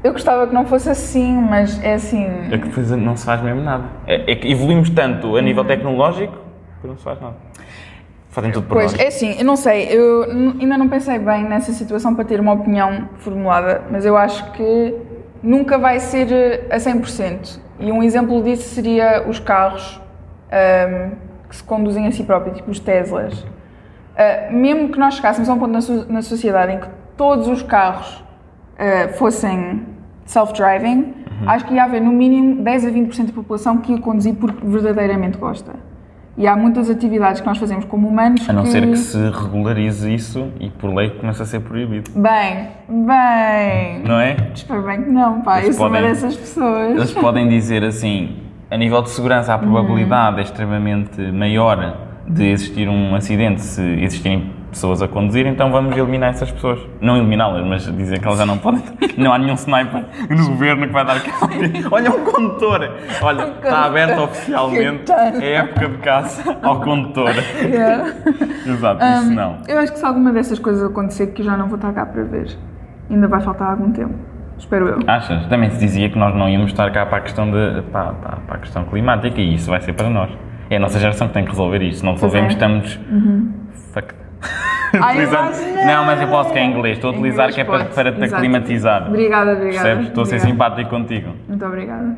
S2: Eu gostava que não fosse assim, mas é assim.
S1: É que depois não se faz mesmo nada. É, é que evoluímos tanto a
S2: Uhum.
S1: nível tecnológico que não se faz nada. Fazem tudo por
S2: Pois,
S1: nós.
S2: é assim, eu não sei, eu n- ainda não pensei bem nessa situação para ter uma opinião formulada, mas eu acho que nunca vai ser eh, a 100%. E um exemplo disso seria os carros ahm, que se conduzem a si próprios, tipo os Teslas. Ah, mesmo que nós chegássemos a um ponto na, so- na sociedade em que todos os carros ah, fossem self-driving,
S1: Uhum.
S2: acho que ia haver no mínimo 10 a 20% da população que ia conduzir porque verdadeiramente gosta. E há muitas atividades que nós fazemos como humanos
S1: A não
S2: que...
S1: ser que se regularize isso e por lei começa a ser proibido.
S2: Bem, bem...
S1: Não é?
S2: Espero bem que não, pá.
S1: Eles
S2: eu sou uma
S1: podem-
S2: dessas pessoas.
S1: Eles podem dizer assim: a nível de segurança, a probabilidade é extremamente maior de existir um acidente se existirem pessoas a conduzir, então vamos eliminar essas pessoas. Não eliminá-las, mas dizer que elas já não podem. Não há nenhum sniper no governo que vai dar cabo. de- Olha, um condutor! Olha, está aberto oficialmente É a época de caça ao condutor.
S2: Yeah.
S1: Exato,
S2: Um,
S1: isso não.
S2: Eu acho que se alguma dessas coisas acontecer que eu já não vou estar cá para ver, ainda vai faltar algum tempo. Espero eu.
S1: Achas? Também se dizia que nós não íamos estar cá para a questão, de, para, para- para a questão climática e isso vai ser para nós. É a nossa geração que tem que resolver isto. Se não resolvemos,
S2: é.
S1: estamos. Fuck.
S2: Ai,
S1: Utilizando-
S2: imagina!
S1: Não, mas eu posso que é em inglês. Estou a
S2: Em
S1: utilizar que é para,
S2: inglês,
S1: para te
S2: pode. Exato.
S1: aclimatizar.
S2: Obrigada, obrigada.
S1: Ah, Percebes? Estou a ser
S2: Obrigada.
S1: simpático contigo.
S2: Muito obrigada.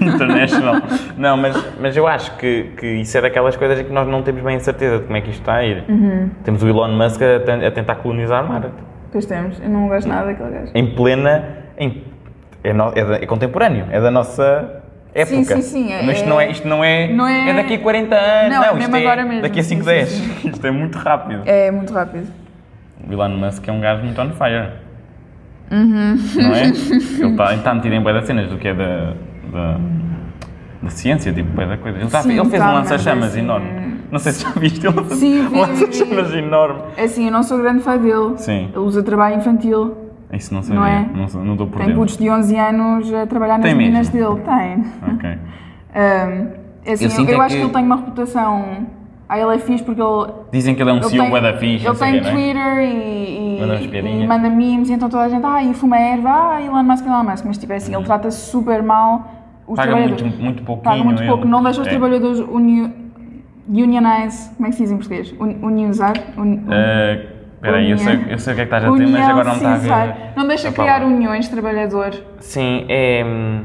S1: International. não, mas, mas eu acho que, que isso é daquelas coisas em que nós não temos bem a certeza de como é que isto está a ir.
S2: Uhum.
S1: Temos o Elon Musk a, ten- a tentar colonizar Marte
S2: Pois temos, eu não gosto nada daquele gajo.
S1: em plena. em- é, no- é da- é contemporâneo, é da nossa época.
S2: Sim, sim, sim, é-
S1: Mas isto não é. Isto não é,
S2: não é-
S1: é daqui a 40 anos,
S2: Não, é
S1: isto
S2: mesmo agora mesmo,
S1: Daqui a
S2: sim,
S1: 5,
S2: sim,
S1: 10.
S2: sim.
S1: Isto é muito rápido.
S2: É muito rápido.
S1: O Elon Musk é um gajo muito on fire.
S2: Uhum.
S1: Não é? Ele está tá metido em boia das cenas do que é da. da, da ciência, tipo, bué da coisa. Ele, tá-
S2: Sim,
S1: ele fez
S2: tá,
S1: um
S2: mas
S1: lança-chamas
S2: assim-
S1: enorme. Não sei se já viste ele fazer
S2: Sim, vi,
S1: um lança-chamas enorme.
S2: É assim, eu não sou grande fã dele.
S1: Sim.
S2: Ele usa trabalho infantil.
S1: Isso não sabia.
S2: Não é?
S1: Não sei- não estou por
S2: Tem
S1: dentro.
S2: putos de 11 anos a trabalhar nas
S1: Tem mesmo?
S2: minas dele. Tem.
S1: Ok.
S2: Ahm, é assim,
S1: Eu
S2: eu,
S1: sinto
S2: eu
S1: é
S2: acho que...
S1: que
S2: ele tem uma reputação. Ah, ele é fixe porque ele
S1: Dizem que ele é um
S2: Ele
S1: CEO
S2: tem-
S1: bué da fixe.
S2: Ele
S1: não sei
S2: tem
S1: o quê, não é?
S2: Twitter e, e-
S1: Manda umas
S2: e
S1: piadinhas.
S2: manda memes, então toda a gente, ah, e fuma erva, ah, Elon Musk, Elon Musk. Mas tipo, é assim, ele trata-se super mal os
S1: Hum. Paga
S2: trabalhadores.
S1: muito, muito pouquinho.
S2: Paga muito pouco,
S1: ele.
S2: não deixa os
S1: É.
S2: trabalhadores uni- unionize, como é que se diz em português? Un- unionizar? Un-
S1: Eh, Espera aí, eu sei, eu sei o que é que estás a dizer, mas
S2: união
S1: agora não está a
S2: cesar.
S1: ver. Tá
S2: Não deixa
S1: a
S2: criar um-
S1: palavra.
S2: uniões de trabalhador.
S1: Sim, é. hum,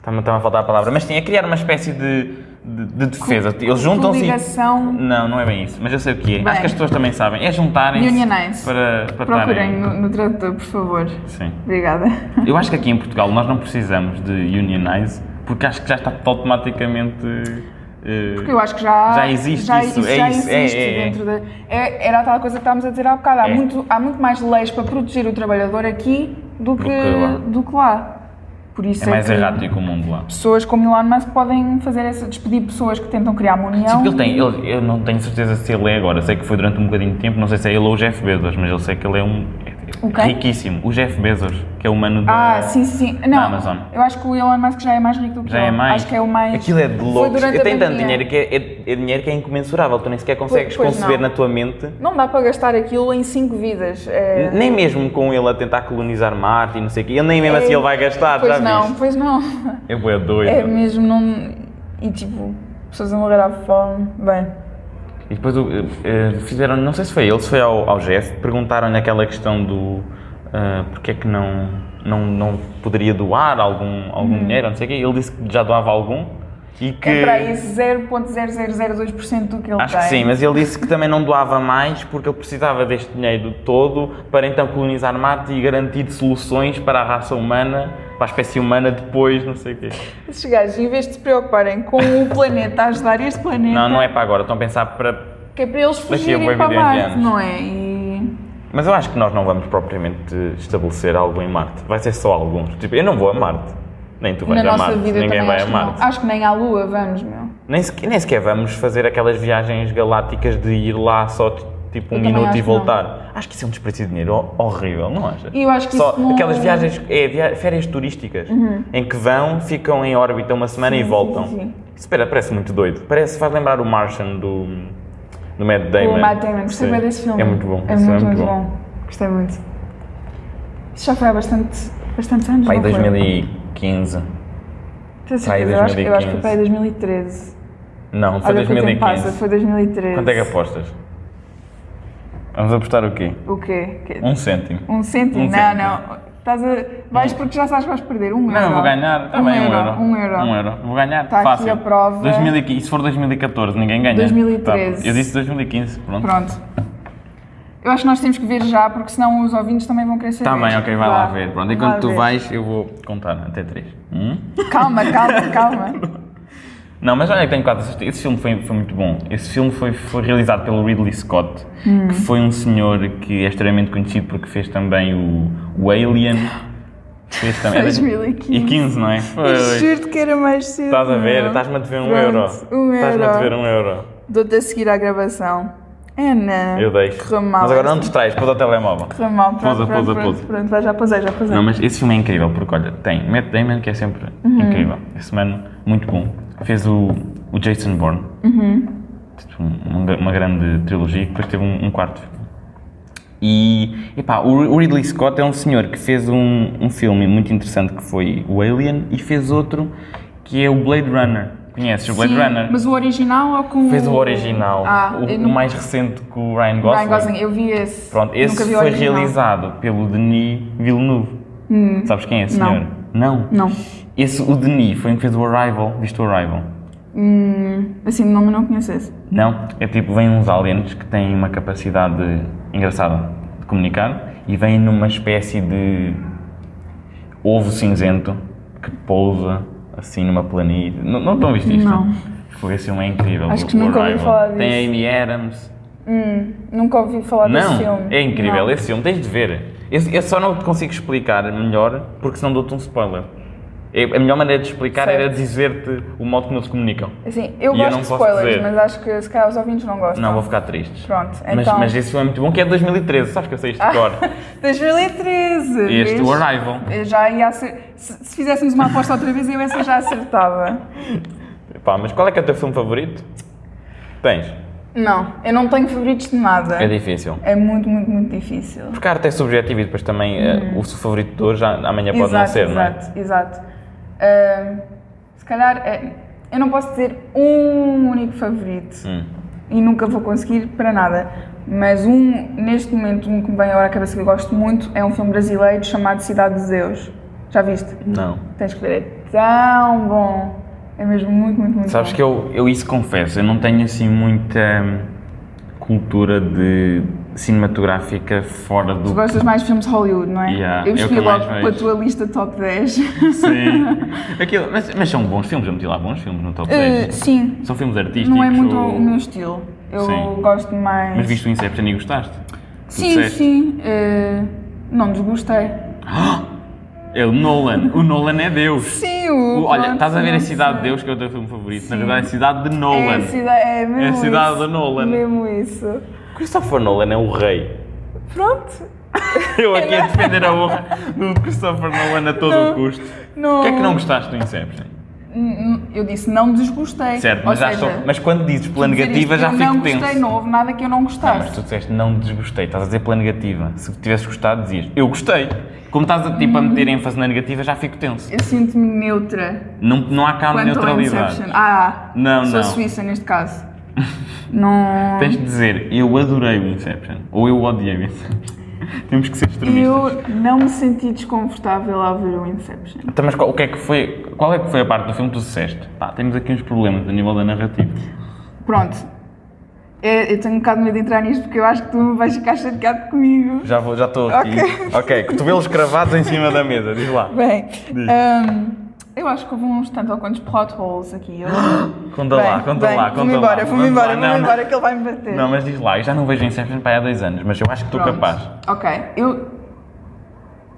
S1: Está-me está-me a faltar a palavra. Mas sim, é criar uma espécie de, de, de defesa. Eles juntam-se. e-
S2: Coligação,
S1: Não, não é bem isso, mas eu sei o que é.
S2: Bem.
S1: Acho que as pessoas também sabem. É juntarem-se
S2: Unionize.
S1: para, para
S2: procurem
S1: estarem-
S2: no, no tradutor, por favor.
S1: Sim.
S2: Obrigada.
S1: Eu acho que aqui em Portugal nós não precisamos de unionize, porque acho que já está automaticamente. eh,
S2: Porque eu acho que já,
S1: Já existe isso, é
S2: já
S1: isso, é,
S2: existe
S1: é, é.
S2: dentro da. é- era tal coisa que estávamos a dizer há bocado. Há,
S1: É.
S2: muito, há muito mais leis para proteger o trabalhador aqui do que,
S1: que lá.
S2: do que lá. Por isso
S1: É mais
S2: que
S1: errático o mundo lá.
S2: pessoas como Elon Musk podem fazer essa, despedir pessoas que tentam criar uma
S1: Sim,
S2: união.
S1: porque ele tem, ele- eu não tenho certeza se ele é agora, sei que foi durante um bocadinho de tempo, não sei se é ele ou o Jeff Bezos, mas eu sei que ele é um é- é
S2: O quem?
S1: riquíssimo. O Jeff Bezos, que é o humano da,
S2: Ah, sim, sim.
S1: da
S2: Não,
S1: Amazon.
S2: eu acho que o Elon Musk já é mais rico do que
S1: Já
S2: ele.
S1: é mais.
S2: Acho que é o mais.
S1: Aquilo é de
S2: Foi
S1: loucos.
S2: durante
S1: Ele
S2: a
S1: tem tanto
S2: pandemia.
S1: dinheiro que é, é- é dinheiro que é incomensurável, tu nem sequer consegues
S2: pois
S1: conceber
S2: não.
S1: na tua mente.
S2: Não dá para gastar aquilo em cinco vidas. É...
S1: Nem mesmo com ele a tentar colonizar Marte e não sei o quê, ele nem mesmo assim
S2: É-
S1: ele vai gastar,
S2: pois
S1: já
S2: não,
S1: viste?
S2: pois não.
S1: É bué doido.
S2: É mesmo, não. E tipo, pessoas a morrer à fome. Bem.
S1: E depois o- eh, eh, fizeram, não sei se foi ele, se foi ao, ao Jeff, perguntaram-lhe aquela questão do ah, porque é que não, não, não poderia doar algum, algum dinheiro, não sei o quê. Ele disse que já doava algum E
S2: Tem
S1: que.
S2: é para aí 0.0002% do que ele
S1: Acho
S2: tem.
S1: que sim, mas ele disse que também não doava mais porque ele precisava deste dinheiro todo para então colonizar Marte e garantir soluções para a raça humana, para a espécie humana depois, não sei o quê.
S2: Esses gajos, em vez de se preocuparem com o planeta, a ajudar este planeta,
S1: Não, não é para agora, estão a pensar para.
S2: que é para eles
S1: a
S2: fugirem
S1: bué
S2: para
S1: milhões de
S2: Marte,
S1: anos.
S2: não é? E
S1: Mas eu acho que nós não vamos propriamente estabelecer algo em Marte. Vai ser só alguns. Tipo, eu não vou a Marte. Nem tu vais
S2: na
S1: a
S2: nossa
S1: Marte.
S2: vida
S1: Ninguém
S2: também
S1: vai a
S2: acho, que
S1: Marte.
S2: não. acho que nem à Lua vamos, meu.
S1: Nem sequer, nem sequer vamos fazer aquelas viagens galácticas de ir lá só t- tipo um
S2: Eu também
S1: minuto
S2: acho
S1: e
S2: que não.
S1: voltar. Acho que isso é um desperdício de dinheiro ho- horrível, não achas?
S2: E eu acho que
S1: só
S2: isso não- Uhum.
S1: Aquelas viagens, é, via- férias turísticas, em que vão, ficam em órbita uma semana e
S2: sim,
S1: voltam.
S2: sim.
S1: Isso pera- parece muito doido. Parece, faz lembrar o Martian do, do Matt Damon.
S2: O Matt Damon, gostei
S1: Sim.
S2: bem desse filme.
S1: É muito bom.
S2: É
S1: isso
S2: muito, muito bom. Gostei muito. Isso já foi há bastante, bastantes anos,
S1: Pai,
S2: não foi?
S1: 2015.
S2: Tenho
S1: Pai,
S2: certeza, eu acho, que- eu acho que
S1: 2015.
S2: foi em 2013.
S1: Não, foi
S2: Olha que o tempo
S1: 2015.
S2: passa, foi 2013.
S1: Quanto é que apostas? Vamos apostar o quê?
S2: O quê? Que-
S1: Um cêntimo.
S2: Um cêntimo?
S1: Um
S2: não,
S1: cêntimo. Um.
S2: não. Estás a... Vais porque já sabes que vais perder. Um euro.
S1: Não, eu vou ganhar. Está
S2: um
S1: bem, um
S2: euro,
S1: euro.
S2: Um euro.
S1: Um euro. Vou ganhar.
S2: Tá aqui
S1: Fácil.
S2: a prova.
S1: 2015 e se for 2014, ninguém ganha.
S2: 2013.
S1: Tá, eu disse 2015. Pronto.
S2: Pronto. Eu acho que nós temos que ver já, porque senão os ouvintes também vão querer saber.
S1: Está Tá bem, ok, vai lá ver. Pronto, enquanto
S2: Vai
S1: tu
S2: ver.
S1: vais, eu vou contar né? até Hum? 3.
S2: Calma, calma, calma.
S1: Não, mas olha que tenho quase certeza. Esse filme foi, foi muito bom. Esse filme foi, foi realizado pelo Ridley Scott,
S2: Hum.
S1: que foi um senhor que é extremamente conhecido porque fez também o, o Alien. Fez também. é
S2: 2015.
S1: E 15, não é? Foi.
S2: Eu juro-te que era mais cedo.
S1: Estás a ver?
S2: meu.
S1: Estás-me a dever um
S2: Pronto,
S1: euro.
S2: Um
S1: Estás-me a dever
S2: euro.
S1: um euro.
S2: Dou-te a seguir à gravação. É, não.
S1: Eu deixo.
S2: Correu mal.
S1: Mas agora não te distrais, pôs ao telemóvel.
S2: Correu mal. Pronto,
S1: Pousa,
S2: pronto,
S1: pousa,
S2: pronto,
S1: pousa.
S2: pronto. Vai, já posei, já posei.
S1: Não, mas esse filme é incrível, porque olha, tem Matt Damon, que é sempre
S2: Uhum.
S1: incrível. Esse mano, muito bom. Fez o, o Jason Bourne.
S2: Uhum.
S1: Tipo, um- um- uma grande trilogia, que depois teve um, um quarto filme. E, epá, o o Ridley Scott é um senhor que fez um, um filme muito interessante que foi o Alien e fez outro que é o Blade Runner. Conheces o Blade
S2: Sim,
S1: Runner?
S2: Mas o original ou com.
S1: Fez o original,
S2: Ah,
S1: o,
S2: eu
S1: o
S2: não-
S1: mais recente com o Ryan Gosling.
S2: Ryan Gosling, eu vi esse.
S1: Pronto,
S2: Nunca
S1: esse
S2: vi o
S1: foi
S2: original. Hum.
S1: realizado pelo Denis Villeneuve. Sabes quem é esse
S2: Não.
S1: senhor? Não.
S2: Não.
S1: Esse, o Denis, foi um que fez o Arrival. Viste o Arrival?
S2: Assim, de nome não conheço esse.
S1: Não. É tipo, vêm uns aliens que têm uma capacidade engraçada de comunicar e vêm numa espécie de ovo cinzento que pousa assim numa planície. Não, não estão a isto?
S2: Não.
S1: Foi assim, é incrível.
S2: Acho
S1: o-
S2: que
S1: o
S2: nunca ouvi
S1: Arrival.
S2: falar disso.
S1: Tem a Amy Adams.
S2: Nunca ouvi falar desse
S1: Não,
S2: filme.
S1: é incrível
S2: Não.
S1: esse filme, tens de ver. Eu, eu só não te consigo explicar melhor porque senão dou-te um spoiler. É- A melhor maneira de explicar
S2: Certo.
S1: era dizer-te o modo como eles comunicam.
S2: Assim, eu
S1: E eu
S2: gosto
S1: não
S2: de
S1: posso
S2: spoilers,
S1: dizer.
S2: mas acho que se calhar os ouvintes não gostam.
S1: Não, vou ficar triste.
S2: Pronto,
S1: Mas,
S2: então.
S1: mas esse filme é muito bom, que é de 2013, sabes que eu sei isto de cor.
S2: 2013!
S1: Este,
S2: vês?
S1: o Arrival.
S2: Eu já ia acer... se, se fizéssemos uma aposta outra vez, eu essa já acertava.
S1: Pá, mas qual é que é o teu filme favorito? Tens.
S2: Não, eu não tenho favoritos de nada.
S1: É difícil.
S2: É muito, muito, muito difícil.
S1: Porque a arte é subjetiva e depois também eh, o seu favorito de hoje já- amanhã pode não ser, não é?
S2: Hum. exato, exato. Ah, se calhar, eh, eu não posso ter um único favorito
S1: Hum.
S2: e nunca vou conseguir para nada. Mas um, neste momento, um que me vem agora à cabeça que eu gosto muito é um filme brasileiro chamado Cidade dos Deus. Já viste?
S1: Não.
S2: Tens que ver, é tão bom. É mesmo muito, muito, muito
S1: Sabes
S2: bom.
S1: que eu, eu isso confesso, eu não tenho assim muita hum, cultura de cinematográfica fora do.
S2: Tu gostas mais de filmes de Hollywood, não é?
S1: Yeah, é
S2: eu
S1: o que
S2: escolhi
S1: eu mais
S2: logo
S1: vejo.
S2: pela tua lista top 10.
S1: Sim. Aquilo, mas, mas são bons filmes, eu meti lá bons filmes no top 10.
S2: Eh, sim,
S1: São filmes artísticos.
S2: não é muito
S1: ou-
S2: o meu estilo. Eu
S1: tipo- Sim.
S2: gosto mais.
S1: Mas viste o Inception e gostaste? Tu
S2: Sim,
S1: disseste.
S2: sim. eh, não desgostei.
S1: É o Nolan. O Nolan é Deus.
S2: Sim,
S1: O-
S2: o.
S1: olha, estás a ver a
S2: pronto,
S1: Cidade
S2: sim.
S1: de Deus, que é o teu filme favorito. Na
S2: Sim.
S1: verdade, é a Cidade de
S2: É,
S1: Nolan.
S2: a cida- é, mesmo
S1: É a cidade
S2: isso,
S1: do Nolan.
S2: Mesmo isso.
S1: Christopher Nolan é o rei.
S2: Pronto.
S1: Eu aqui a defender a honra do Christopher Nolan a todo
S2: Não.
S1: o custo.
S2: Não.
S1: O que é que não gostaste do Inception?
S2: N- n- Eu disse não desgostei.
S1: Certo,
S2: Ou
S1: mas, já
S2: seja,
S1: estou- mas quando dizes pela
S2: dizer
S1: negativa
S2: isto,
S1: já
S2: eu
S1: fico
S2: não
S1: tenso. Ah,
S2: gostei, não houve nada que eu não
S1: Mas
S2: gostaste.
S1: tu disseste não desgostei, estás a dizer pela negativa. Se tivesse gostado, dizias eu gostei. Como estás a,
S2: Uhum.
S1: tipo, a meter ênfase na negativa, já fico tenso.
S2: Eu sinto-me neutra
S1: Não, não há cá
S2: quanto ao
S1: neutralidade.
S2: Inception. Ah,
S1: Não,
S2: sou
S1: não.
S2: suíça neste caso. não. é?
S1: Tens de dizer eu adorei o Inception ou eu odiei o Inception. Temos que ser extremistas.
S2: Eu não me senti desconfortável ao ver o Inception.
S1: Então, mas qual, o que é que foi, qual é que foi a parte do filme que tu disseste? Pá, temos aqui uns problemas a nível da narrativa.
S2: Pronto. É, eu tenho um bocado de medo de entrar nisto porque eu acho que tu vais ficar chateado comigo.
S1: Já vou, já estou aqui. Ok. cotovelos cravados em cima da mesa, diz lá.
S2: Bem,
S1: Diz.
S2: hum, eu acho que houve uns tanto ou quantos plot holes aqui. Eu...
S1: Conta
S2: Bem,
S1: lá, conta
S2: bem,
S1: lá, conta
S2: Vou-me embora,
S1: lá.
S2: vou-me embora,
S1: Não,
S2: vou-me
S1: não.
S2: embora que ele vai me bater.
S1: Não, mas diz lá, eu já não vejo Inception para aí há dois anos, mas eu acho que estou
S2: Pronto.
S1: capaz.
S2: Ok, eu.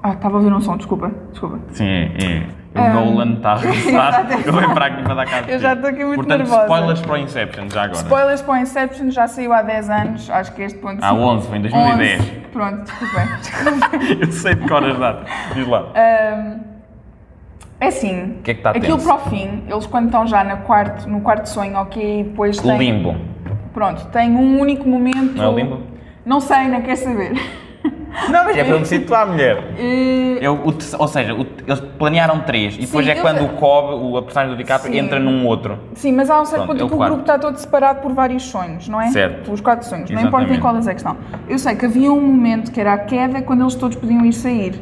S2: Ah, estava a ouvir um som, desculpa, desculpa.
S1: Sim, é. é. O Nolan está a regressar.
S2: exato,
S1: Eu vim para aqui para dar cá. de
S2: Eu já
S1: ti.
S2: estou aqui muito
S1: Portanto,
S2: nervosa.
S1: spoilers para o Inception, já agora.
S2: Spoilers para o Inception já saiu há 10 anos, acho que este ponto.
S1: Há 11, foi em 2010.
S2: 11, Pronto, desculpem. desculpem.
S1: Eu sei de cor as datas. Diz lá.
S2: Ah, É assim,
S1: que é que está
S2: aquilo
S1: tenso?
S2: para o fim, eles quando estão já na quarto, no quarto sonho, ok, e depois tem.
S1: Limbo.
S2: Pronto, tem um único momento.
S1: Não é o limbo?
S2: Não sei, não quero saber.
S1: Não, mas é para me situar, mulher.
S2: Eh,
S1: Eu, o te- ou seja, o te- eles planearam três e depois
S2: Sim,
S1: é
S2: eu
S1: quando
S2: sei.
S1: o Cobb, o, a personagem do DiCaprio,
S2: Sim.
S1: entra num outro.
S2: Sim, mas há um certo
S1: Pronto, é o
S2: ponto em que o
S1: quarto.
S2: grupo está todo separado por vários sonhos, não é?
S1: Certo.
S2: Os quatro sonhos, não importa em
S1: Exatamente.
S2: quais é que estão. Eu sei que havia um momento que era a queda quando eles todos podiam ir sair.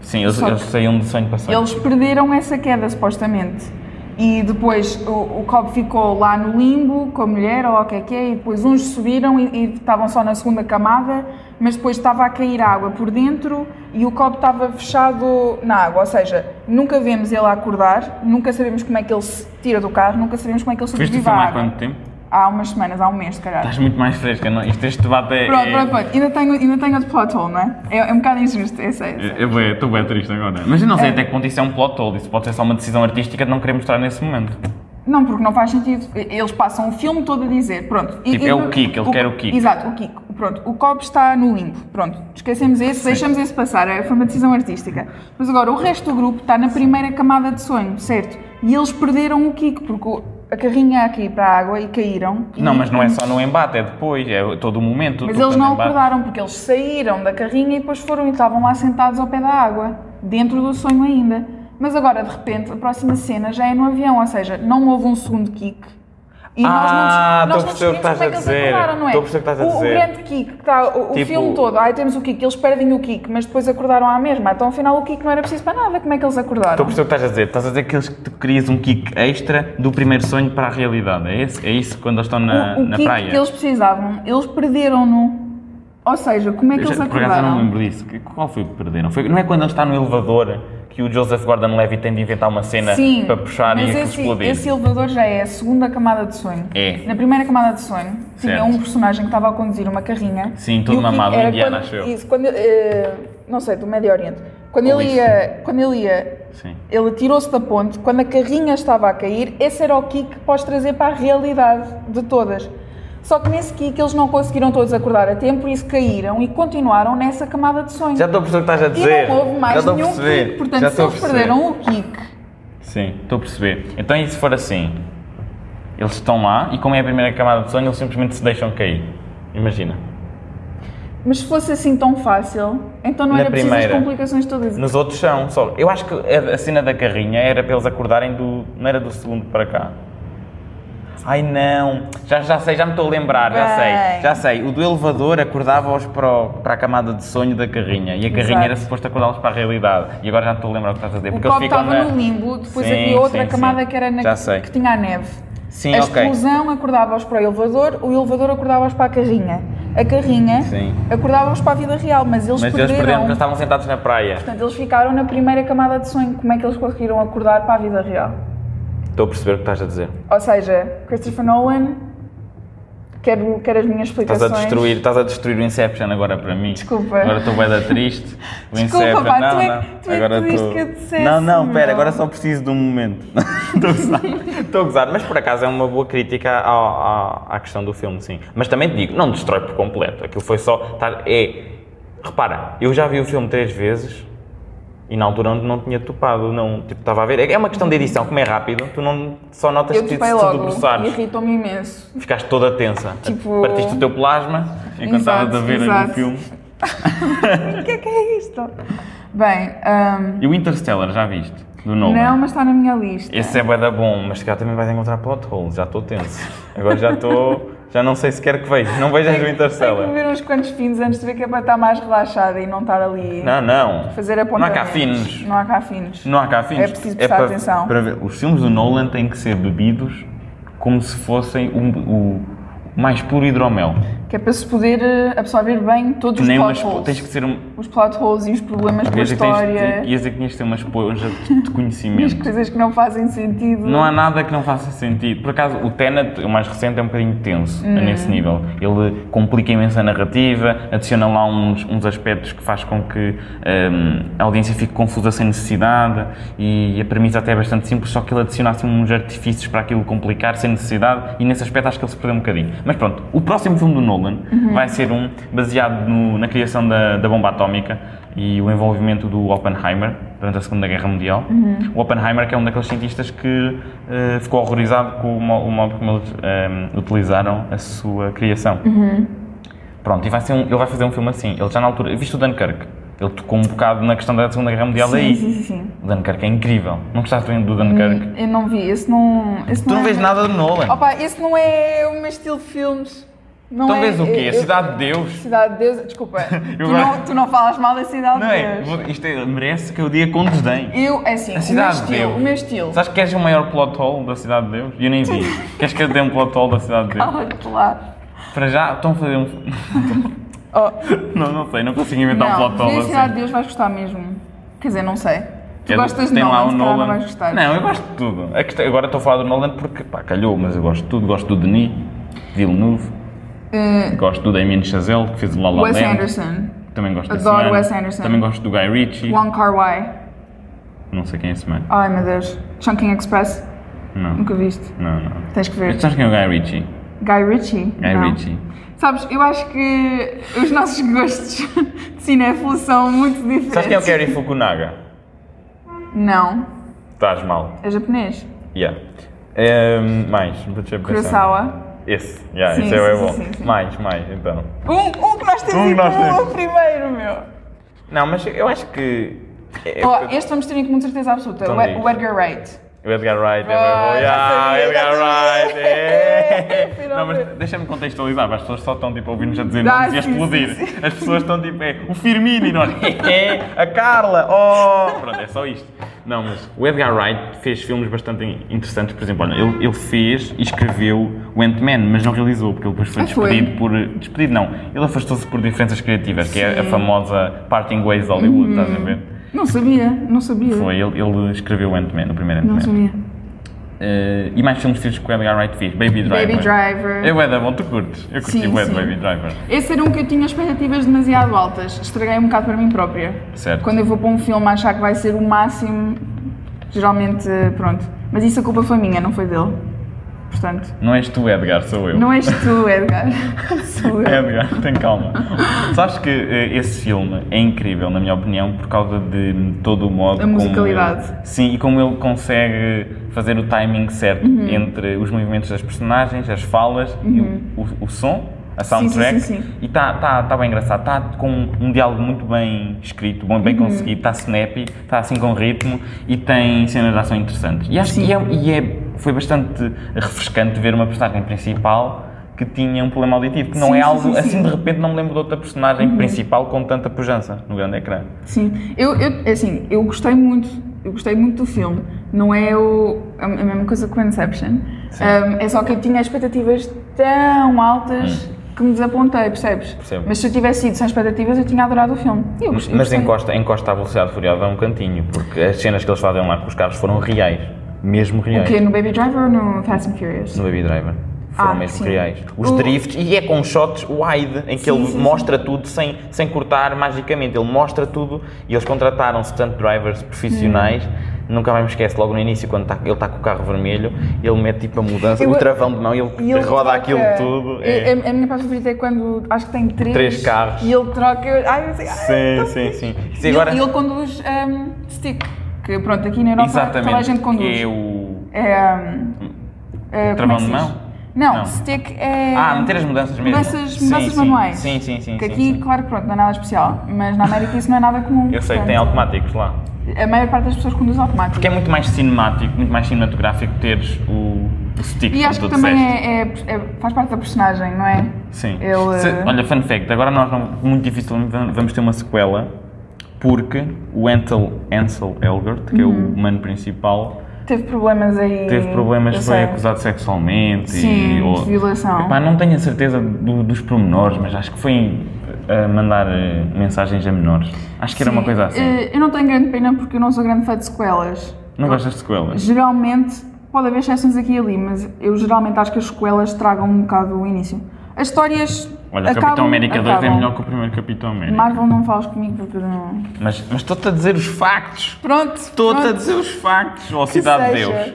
S1: Sim, eles,
S2: Só que-
S1: eles saíam de um sonho para sonho.
S2: Eles perderam essa queda, supostamente. E depois o, o Cobb ficou lá no limbo com a mulher, ou lá o que é que é, e depois uns subiram e, e estavam só na segunda camada, mas depois estava a cair água por dentro e o Cobb estava fechado na água. Ou seja, nunca vemos ele a acordar, nunca sabemos como é que ele se tira do carro, nunca sabemos como é que ele
S1: Viste o
S2: sobrevive à
S1: filme há
S2: água.
S1: quanto tempo?
S2: Há umas semanas, há um mês, se calhar.
S1: Estás muito mais fresca, não? Isto, este debate é.
S2: Pronto,
S1: é-
S2: pronto, pronto. Ainda tenho, ainda tenho outro plot hole, não é? É, é um bocado injusto, eu sei. eu sei.
S1: Eu bem- estou bem triste agora. Mas eu não sei até que ponto isso é um plot hole. Isso pode ser só uma decisão artística de não querer mostrar nesse momento.
S2: Não, porque não faz sentido. E- Eles passam o filme todo a dizer, pronto.
S1: Tipo, é o Kiko, ele quer o Kiko.
S2: Exato, o Kiko. Pronto, o copo está no limbo. Pronto, esquecemos esse, deixamos esse passar. é- Foi uma decisão artística. Mas agora, o resto do grupo está na primeira camada de sonho, certo? E eles perderam o Kiko, porque o- a carrinha aqui para a água e caíram. e-
S1: Não, mas não é só no embate, é depois, é todo o momento.
S2: Mas
S1: tu
S2: eles
S1: quando
S2: não
S1: embates.
S2: acordaram porque eles saíram da carrinha e depois foram e estavam lá sentados ao pé da água, dentro do sonho ainda. Mas agora, de repente, a próxima cena já é no avião, ou seja, não houve um segundo kick. E
S1: Ah, estou a perceber o que estás
S2: descobrimos
S1: a
S2: como é que eles
S1: dizer.
S2: acordaram, não é?
S1: Estou a perceber o que estás a
S2: O-
S1: dizer.
S2: O grande kick, que está o, o
S1: Tipo-
S2: filme todo, aí temos o kick, eles perdem o kick, mas depois acordaram à mesma. Então, afinal, o kick não era preciso para nada. Como é que eles
S1: Estou a
S2: acordaram?
S1: perceber o que estás a dizer. Estás a dizer que eles que tu crias um kick extra do primeiro sonho para a realidade. É, esse? é isso quando eles estão na,
S2: o o
S1: na
S2: kick
S1: praia?
S2: que eles precisavam, eles perderam-no. Ou seja, como é que
S1: Eu já-
S2: eles
S1: por acaso eu
S2: acordaram?
S1: não me lembro disso. Que- Qual foi o que perderam? Foi, não é quando ele está no elevador que o Joseph Gordon-Levitt tem de inventar uma cena
S2: Sim,
S1: né? para puxar e
S2: mas
S1: aquilo
S2: esse,
S1: explodir?
S2: esse elevador já é a segunda camada de sonho.
S1: É.
S2: Na primeira camada de sonho, tinha
S1: Certo.
S2: um personagem que estava a conduzir uma carrinha.
S1: Sim, todo
S2: e o que
S1: mamado,
S2: era
S1: indiano,
S2: quando,
S1: acho eu.
S2: Isso, quando, eh, não sei, do Médio Oriente. Quando
S1: Ou
S2: ele,
S1: isso.
S2: ia, quando ele ia,
S1: Sim.
S2: ele atirou-se da ponte, quando a carrinha estava a cair, esse era o kick que podes trazer para a realidade de todas. Só que nesse kick eles não conseguiram todos acordar a tempo, por isso caíram e continuaram nessa camada de sonho.
S1: Já estou a perceber o que estás a dizer.
S2: e não houve
S1: Já
S2: mais
S1: estou a
S2: nenhum
S1: perceber.
S2: kick,
S1: Já
S2: portanto, se
S1: estou a
S2: eles
S1: perceber.
S2: perderam o kick,
S1: Sim, estou a perceber. Então, e se for assim? Eles estão lá e, como é a primeira camada de sonho, eles simplesmente se deixam cair. Imagina.
S2: Mas se fosse assim tão fácil, então não
S1: Na
S2: era preciso as
S1: primeira.
S2: complicações todas.
S1: Nos outros são só. Eu acho que a a cena da carrinha era para eles acordarem do. Não era do segundo para cá. Ai não! Já, já sei, já me estou a lembrar, já sei.
S2: Bem.
S1: Já sei. O do elevador acordava-os para, o- para a camada de sonho da carrinha. E a carrinha
S2: Exato.
S1: era suposto acordá-los para a realidade. E agora já me estou a lembrar o que estás a dizer.
S2: O
S1: Porque
S2: copo
S1: eles ficam
S2: estava
S1: na.
S2: no limbo, depois
S1: Sim,
S2: havia outra
S1: sim,
S2: camada
S1: sim.
S2: que era na
S1: Já sei.
S2: que tinha a neve.
S1: Sim,
S2: a
S1: ok.
S2: explosão acordava-os para o elevador, o elevador acordava-os para a carrinha. A carrinha
S1: Sim.
S2: acordava-os para a vida real, mas eles
S1: Mas
S2: perderam.
S1: eles perderam porque eles estavam sentados na praia.
S2: Portanto, eles ficaram na primeira camada de sonho. Como é que eles conseguiram acordar para a vida real?
S1: Estou a perceber o que estás a dizer.
S2: Ou seja, Christopher Nolan, quero, quero as minhas
S1: Estás a
S2: explicações.
S1: destruir, estás a destruir o Inception agora para mim.
S2: Desculpa.
S1: Agora estou bué da triste. O
S2: Desculpa,
S1: Inception.
S2: pá,
S1: não,
S2: tu é que-
S1: não.
S2: tu é que
S1: agora
S2: pediste
S1: estou-
S2: que eu dissesse,
S1: Não, não,
S2: meu.
S1: pera, agora só preciso de um momento. Estou a gozar. Estou a gozar, mas por acaso é uma boa crítica ao- ao- à questão do filme, sim. Mas também te digo, não destrói por completo. Aquilo foi só. tá- é. Repara, eu já vi o filme três vezes. E na altura não, não tinha topado, não, tipo, estava a ver. É é uma questão de edição, como é rápido, tu não só notas
S2: Eu
S1: que se
S2: topei
S1: tu
S2: logo e
S1: debruçares.
S2: irritou-me imenso.
S1: Ficaste toda tensa.
S2: Tipo-
S1: Partiste o teu plasma enquanto
S2: Exato,
S1: estavas a ver
S2: exato.
S1: o filme.
S2: O que é que é isto? Bem, ahm,
S1: E o Interstellar, já viste? Do Nolan.
S2: não, mas está na minha lista.
S1: Esse é bué da bom, mas se calhar também vais encontrar plot hole, já estou tenso. Agora já estou Já não sei sequer que vejo. Não vejas o
S2: Tem que
S1: Interstellar.
S2: beber uns quantos fins antes de ver que é para estar mais relaxada e não estar ali
S1: Não, não.
S2: a fazer
S1: Não há
S2: apontamentos.
S1: cá finos.
S2: Não há cafinos.
S1: Não há cá finos.
S2: É preciso prestar
S1: para-
S2: atenção.
S1: Para ver. Os filmes do Nolan têm que ser bebidos como se fossem um- o mais puro hidromel.
S2: Que é para se poder eh, absorver bem todos os
S1: Nem uma
S2: plot
S1: espo-
S2: holes.
S1: Tens que ser um.
S2: Os plot holes e os problemas da
S1: Ias a que tens-
S2: história
S1: ias a que tinhas de ter uma esponja de
S2: e as
S1: conhecimento.
S2: coisas que não fazem sentido.
S1: Não há nada que não faça sentido. Por acaso, o Tenet, o mais recente, é um bocadinho tenso a nesse nível. Ele complica imenso a narrativa, adiciona lá uns, uns aspectos que faz com que hum, a audiência fique confusa sem necessidade e a premissa até é bastante simples, só que ele adiciona assim, uns artifícios para aquilo complicar sem necessidade e nesse aspecto acho que ele se perdeu um bocadinho. Mas pronto, o próximo filme do Nolan vai ser um baseado no- na criação da, da bomba atómica e o envolvimento do Oppenheimer durante a Segunda Guerra Mundial.
S2: Uhum.
S1: O Oppenheimer, que é um daqueles cientistas que eh, ficou horrorizado com o mo- o modo como eles eh, utilizaram a sua criação.
S2: Uhum.
S1: Pronto, e vai ser um- ele vai fazer um filme assim. Ele já na altura. Viste o Dunkirk? Ele tocou um bocado na questão da Segunda Guerra Mundial
S2: sim,
S1: aí.
S2: sim, sim, sim.
S1: O Dunkirk é incrível. Não gostaste do do Dunkirk?
S2: Eu não vi, esse não. Esse
S1: Tu não
S2: é-
S1: vês nada de Nolan.
S2: Opa, esse não é o meu estilo de filmes. Não
S1: então
S2: é-
S1: vês o quê?
S2: eu-
S1: A Cidade de Deus?
S2: Cidade de Deus, desculpa. tu,
S1: agora-
S2: não, tu não falas mal da Cidade
S1: Não
S2: de
S1: é?
S2: Deus.
S1: Vou- Isto é- merece que eu diga com desdém.
S2: Eu, é assim,
S1: A Cidade
S2: o
S1: de
S2: meu estilo,
S1: Deus.
S2: o meu estilo.
S1: Sabes que queres o maior plot hole da Cidade de Deus? E Eu nem vi. queres que eu te dê um plot hole da Cidade de Deus?
S2: Cala-te Ah, lá.
S1: Para já, estão a fazer um.
S2: Oh,
S1: Não, não sei, não consigo inventar um
S2: não,
S1: plot hole
S2: vê a
S1: assim.
S2: Cidade de Deus vais gostar mesmo. Quer dizer, não sei. Tu
S1: É do-
S2: gostas de
S1: tem
S2: Nolan,
S1: lá o
S2: se calhar não vais gostar.
S1: Não, eu gosto de tudo. A questão- Agora estou a falar do Nolan porque, pá, calhou, mas eu gosto de tudo. Gosto do Denis, Villeneuve,
S2: Eh,
S1: gosto do Damien Chazelle, que fez o La La
S2: Wes
S1: Land.
S2: Anderson,
S1: Também gosto desse
S2: Adoro
S1: man.
S2: Wes Anderson.
S1: Também gosto do Guy Ritchie.
S2: Wong Kar Wai.
S1: Não sei quem é esse man.
S2: Ai meu Deus. Chunking Express,
S1: Não,
S2: nunca viste.
S1: não, não.
S2: Tens que ver.
S1: Sabes quem é o Guy Ritchie?
S2: Guy Ritchie?
S1: Guy
S2: Não.
S1: Ritchie.
S2: Sabes, eu acho que os nossos gostos de cinéfilo são muito diferentes.
S1: Sabes quem é o Cary Fukunaga?
S2: Não,
S1: Estás mal.
S2: é japonês.
S1: Yeah. Ehm, mais, deixa eu pensar.
S2: Kurosawa.
S1: Esse, yeah,
S2: Sim,
S1: esse é o
S2: sim,
S1: bom.
S2: sim, sim.
S1: Mais, mais, então.
S2: Um, um que nós temos
S1: Um que
S2: em
S1: nós
S2: comum
S1: temos.
S2: o primeiro, meu.
S1: Não, mas eu acho que. é-
S2: Ó, este vamos ter em comum de certeza absoluta.
S1: Então
S2: o,
S1: diz.
S2: o Edgar Wright.
S1: O Edgar Wright, é bem
S2: Ah,
S1: bom.
S2: já
S1: Yeah,
S2: sabia,
S1: Edgar
S2: já
S1: Wright,
S2: sabia.
S1: é.
S2: Finalmente.
S1: Não, mas deixa-me contextualizar, pá, as pessoas só estão tipo a ouvir-nos a dizer
S2: Ah,
S1: nomes e a
S2: sim,
S1: explodir.
S2: sim, sim.
S1: As pessoas estão tipo, é o Firmino e nós, é a Carla, oh! Pronto, é só isto. Não, mas o Edgar Wright fez filmes bastante interessantes, por exemplo, olha, ele, ele fez e escreveu o Ant-Man, mas não realizou, porque ele depois foi
S2: Ah, foi?
S1: despedido por. Despedido não, ele afastou-se por diferenças criativas, que é a
S2: Sim. Uhum.
S1: famosa Parting Ways de Hollywood, estás a ver?
S2: Não sabia, não sabia.
S1: Foi, ele, ele escreveu o Ant-Man, o primeiro
S2: Não
S1: Ant-Man.
S2: sabia.
S1: Eh, e mais filmes fixos que o Edgar Wright fez. Baby Driver.
S2: Baby Driver.
S1: É o Eda, bom, tu curtes. Eu curti
S2: Sim,
S1: o Ed
S2: sim.
S1: Baby Driver.
S2: Esse era um que eu tinha expectativas demasiado altas. Estraguei um bocado para mim própria.
S1: Certo.
S2: Quando eu vou para um filme a achar que vai ser o máximo, geralmente, pronto. Mas isso a culpa foi minha, não foi dele. Portanto,
S1: Não és tu, Edgar, sou eu.
S2: não és tu, Edgar. Sou
S1: É
S2: eu.
S1: Edgar, tem calma. Sabes que eh, esse filme é incrível, na minha opinião, por causa de hum, todo o modo
S2: A musicalidade.
S1: Como ele, sim, e como ele consegue fazer o timing certo
S2: Uhum.
S1: entre os movimentos das personagens, as falas e o, o- o som, a soundtrack.
S2: sim, sim.
S1: E está tá, tá bem engraçado, está com um diálogo muito bem escrito, bom-
S2: Uhum.
S1: bem conseguido, está snappy, está assim com ritmo e tem cenas de ação interessantes. E acho que é- e é- foi bastante refrescante ver uma personagem principal que tinha um problema auditivo, que não é
S2: Sim, sim,
S1: algo
S2: sim, Uhum.
S1: assim
S2: sim.
S1: de repente não me lembro de outra personagem principal com tanta pujança no grande ecrã.
S2: Sim, eu, eu, assim, eu gostei muito, eu gostei muito do filme. Não é o, a, a mesma coisa que o Inception.
S1: Sim.
S2: Um, é só que eu tinha expectativas tão altas que me desapontei, percebes?
S1: Hum. Percebo.
S2: Mas se eu tivesse ido sem expectativas, eu tinha adorado o filme. E Eu,
S1: Mas,
S2: gostei- gostei.
S1: encosta, encosta à velocidade furiosa a um cantinho, porque as cenas que eles fazem lá com os carros foram reais, mesmo
S2: O
S1: reais.
S2: quê? No Baby Driver ou no Fast and Furious?
S1: no Baby Driver. Foram
S2: Ah,
S1: mesmo
S2: sim.
S1: reais. Os
S2: O-
S1: drifts, e é com shots wide, em que
S2: Sim,
S1: ele
S2: sim, sim.
S1: mostra tudo sem, sem cortar magicamente. Ele mostra tudo e eles contrataram stunt drivers profissionais.
S2: Hum.
S1: Nunca mais me esquece, logo no início, quando tá- ele está com o carro vermelho, ele mete tipo a mudança,
S2: Eu-
S1: o travão de mão, ele,
S2: E ele
S1: roda
S2: troca.
S1: aquilo tudo.
S2: E-
S1: é.
S2: A, a minha parte favorita é quando acho que tem três,
S1: Três carros.
S2: e ele troca. Ai, eu sei, ai,
S1: Sim,
S2: tão
S1: sim,
S2: fixe.
S1: sim.
S2: E
S1: Se
S2: ele-
S1: agora-
S2: e ele, conduz um, stick, que pronto, aqui na Europa toda a
S1: Exatamente.
S2: gente conduz.
S1: que é o.
S2: É, hum, é, como
S1: Um, Travão
S2: é que
S1: de
S2: se diz?
S1: mão?
S2: Não,
S1: Não.
S2: stick é.
S1: Ah, meter as mudanças mesmo.
S2: Mudanças,
S1: Sim,
S2: mudanças
S1: sim.
S2: manuais.
S1: Sim, sim, sim,
S2: Que
S1: sim,
S2: aqui,
S1: sim.
S2: claro que pronto, não é nada especial. Mas na América isso não é nada comum.
S1: Eu sei que tem
S2: portanto,
S1: automáticos lá.
S2: A maior parte das pessoas conduz automático.
S1: Porque é muito mais cinemático, muito mais cinematográfico teres o, stick,
S2: E
S1: como
S2: acho
S1: tu
S2: que também
S1: disseste.
S2: é, é- é- faz parte da personagem, não é?
S1: Sim.
S2: Ele- eh,
S1: Se- olha, fun fact, agora nós não, muito dificilmente vam- vamos ter uma sequela porque o Ansel, Ansel Elgort, que
S2: Uhum.
S1: é o humano principal,
S2: Teve problemas aí.
S1: teve problemas,
S2: É, eu
S1: foi
S2: sei.
S1: acusado sexualmente e...
S2: Sim,
S1: ou-
S2: de violação.
S1: Epá, não tenho a certeza do- dos pormenores, mas acho que foi a mandar eh, mensagens a menores. Acho que era uma
S2: Sim.
S1: coisa assim.
S2: Eh, Eu não tenho grande pena porque eu não sou grande fã de sequelas.
S1: Não gostas de sequelas?
S2: Geralmente, pode haver exceções aqui e ali, mas eu geralmente acho que as sequelas tragam um bocado o início. As histórias.
S1: Olha,
S2: acabam,
S1: Capitão América 2 é
S2: acabam.
S1: melhor que o primeiro Capitão América.
S2: Marvel não falas comigo porque eu não.
S1: Mas, mas estou-te a dizer os factos.
S2: Pronto!
S1: Estou-te a
S2: pronto.
S1: dizer os factos, ó
S2: Que
S1: Cidade de
S2: seja.
S1: Deus.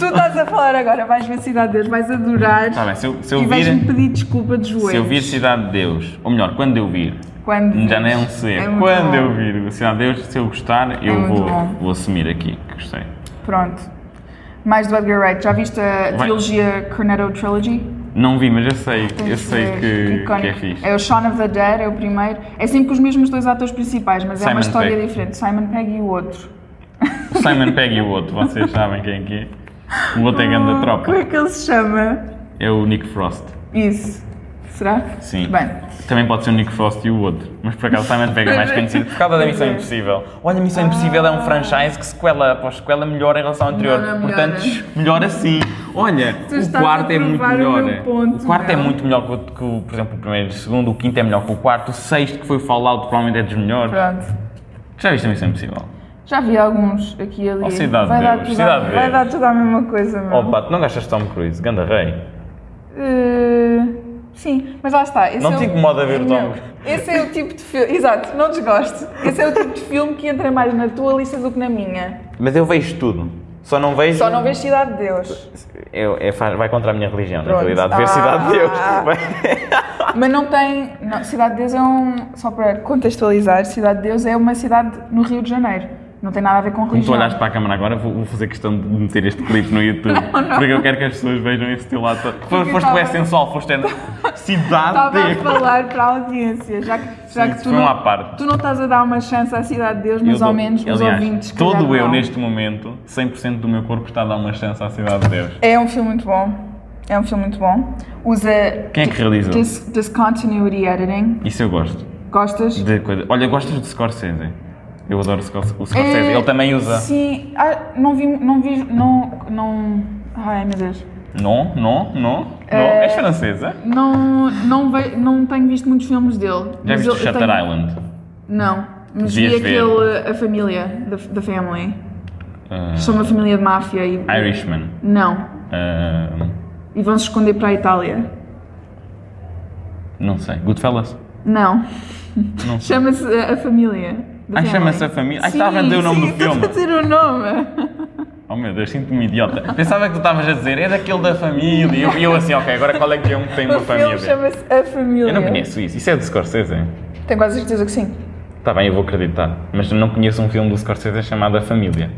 S2: Tu estás a falar agora, vais ver Cidade de Deus, vais adorar.
S1: Tá bem, se eu- se eu
S2: e vais-me
S1: vir-
S2: pedir desculpa de joelhos.
S1: Se eu vir Cidade de Deus, ou melhor, quando eu vir,
S2: Quando
S1: já não é um
S2: vires.
S1: ser.
S2: É muito
S1: quando
S2: bom. É
S1: eu vir Cidade de Deus, se eu gostar, eu
S2: muito
S1: vou,
S2: bom.
S1: vou assumir aqui que gostei.
S2: Pronto. Mais do Edgar Wright. Já viste a
S1: Vai.
S2: trilogia Cornetto Trilogy?
S1: Não vi, mas eu sei,
S2: Tens
S1: eu
S2: de
S1: sei
S2: ver.
S1: que, que é
S2: Icónico.
S1: fixe.
S2: É o Shaun of the Dead, é o primeiro. É sempre com os mesmos dois atores principais, mas é
S1: Simon
S2: uma história
S1: Pegg.
S2: diferente. Simon Pegg e o outro.
S1: O Simon Pegg e o outro, vocês sabem quem é que é. O outro é grande da
S2: Como é
S1: tropa.
S2: que ele se chama?
S1: É o Nick Frost.
S2: Isso. Será?
S1: Sim.
S2: Bem,
S1: Também pode ser o Nick Frost e o outro. Mas por acaso o Simon Pegg é mais conhecido por causa da Missão Impossível. Olha, Missão Impossível é
S2: Ah.
S1: um franchise que sequela após sequela melhora em relação ao anterior.
S2: Melhora,
S1: Portanto, melhora sim. Olha,
S2: Tu
S1: o
S2: estás
S1: quarto
S2: a
S1: é muito
S2: provar o
S1: melhor.
S2: meu ponto,
S1: o quarto é
S2: Mel.
S1: muito melhor que, o, que o, por exemplo, o primeiro e o segundo. O quinto é melhor que o quarto. O sexto, que foi o Fallout, provavelmente é dos melhores.
S2: pronto.
S1: Já viste a Missão Impossível?
S2: Já vi alguns aqui e ali.
S1: Oh, Cidade
S2: vai
S1: de
S2: dar
S1: Deus,
S2: tudo
S1: Cidade
S2: a,
S1: de
S2: Vai
S1: Deus.
S2: dar tudo a mesma coisa, meu.
S1: Oh, Pato, não gastas Tom Cruise? Ganda rei.
S2: Uh, sim, mas lá está. esse
S1: Não
S2: é
S1: te
S2: o-
S1: incomoda ver o Tom
S2: Não. Esse é o tipo de filme. Exato, não desgosto. Esse é o tipo de filme que entra mais na tua lista do que na minha.
S1: Mas eu vejo tudo. Só não vejo.
S2: Só não vês Cidade de Deus.
S1: Eu- é fa- vai contra a minha religião, na
S2: Pronto.
S1: realidade. Ver
S2: Ah.
S1: Cidade de Deus.
S2: Mas não tem. não, cidade de Deus é um. Só para contextualizar, Cidade de Deus é uma cidade no Rio de Janeiro. Não tem nada a ver com
S1: Como tu
S2: religião.
S1: olhaste para a câmara agora, vou, vou fazer questão de meter este clipe no YouTube. Porque eu quero que as pessoas vejam esse teu lado. todo. Foste, foste
S2: estava-
S1: bué sensual, foste na cidade
S2: Estava a
S1: de Deus.
S2: falar para a audiência, já que, já
S1: Sim,
S2: que
S1: isso
S2: tu,
S1: foi
S2: não,
S1: uma parte.
S2: tu não estás a dar uma chance à Cidade de Deus,
S1: Eu
S2: mas
S1: dou-
S2: ao menos os
S1: aliás,
S2: ouvintes. se
S1: todo
S2: calhar,
S1: eu
S2: não.
S1: neste momento, 100% do meu corpo está a dar uma chance à cidade de Deus.
S2: É um filme muito bom. É um filme muito bom. Usa.
S1: Quem é que realizou?
S2: dis- discontinuity editing.
S1: Isso eu gosto.
S2: Gostas?
S1: De coisa- Olha, gostas de Scorsese? Eu adoro Scorsese. o Scorsese.
S2: É,
S1: Ele também usa.
S2: Sim, ah, não vi. Não vi. Não. não ai meu Deus.
S1: Não, não, não, não.
S2: É-
S1: És francesa?
S2: Não, não, ve- não tenho visto muitos filmes dele.
S1: Já
S2: mas
S1: viste o
S2: ele- eu
S1: Shutter
S2: tenho-
S1: Island?
S2: Não, mas
S1: Devias
S2: vi
S1: ver.
S2: aquele A Família, da da Family.
S1: Ah.
S2: São uma família de máfia e.
S1: Irishman.
S2: Não.
S1: Ah,
S2: E vão se esconder para a Itália.
S1: não sei. Goodfellas?
S2: Não.
S1: Não sei.
S2: Chama-se A a Família. The
S1: Ah,
S2: Family.
S1: chama-se A Família? Ah,
S2: Sim,
S1: estava a dizer o nome
S2: sim,
S1: do filme.
S2: Estou a dizer o nome.
S1: Oh meu Deus, sinto-me idiota. Pensava que tu estavas a dizer, é daquele da família. E eu, e eu assim, ok, agora qual é que é um que tem
S2: O
S1: uma
S2: filme
S1: família?
S2: chama-se A Família.
S1: Eu não conheço isso. Isso é de Scorsese?
S2: Tenho quase certeza que sim.
S1: Está bem, eu vou acreditar. Mas eu não conheço um filme do Scorsese chamado A Família.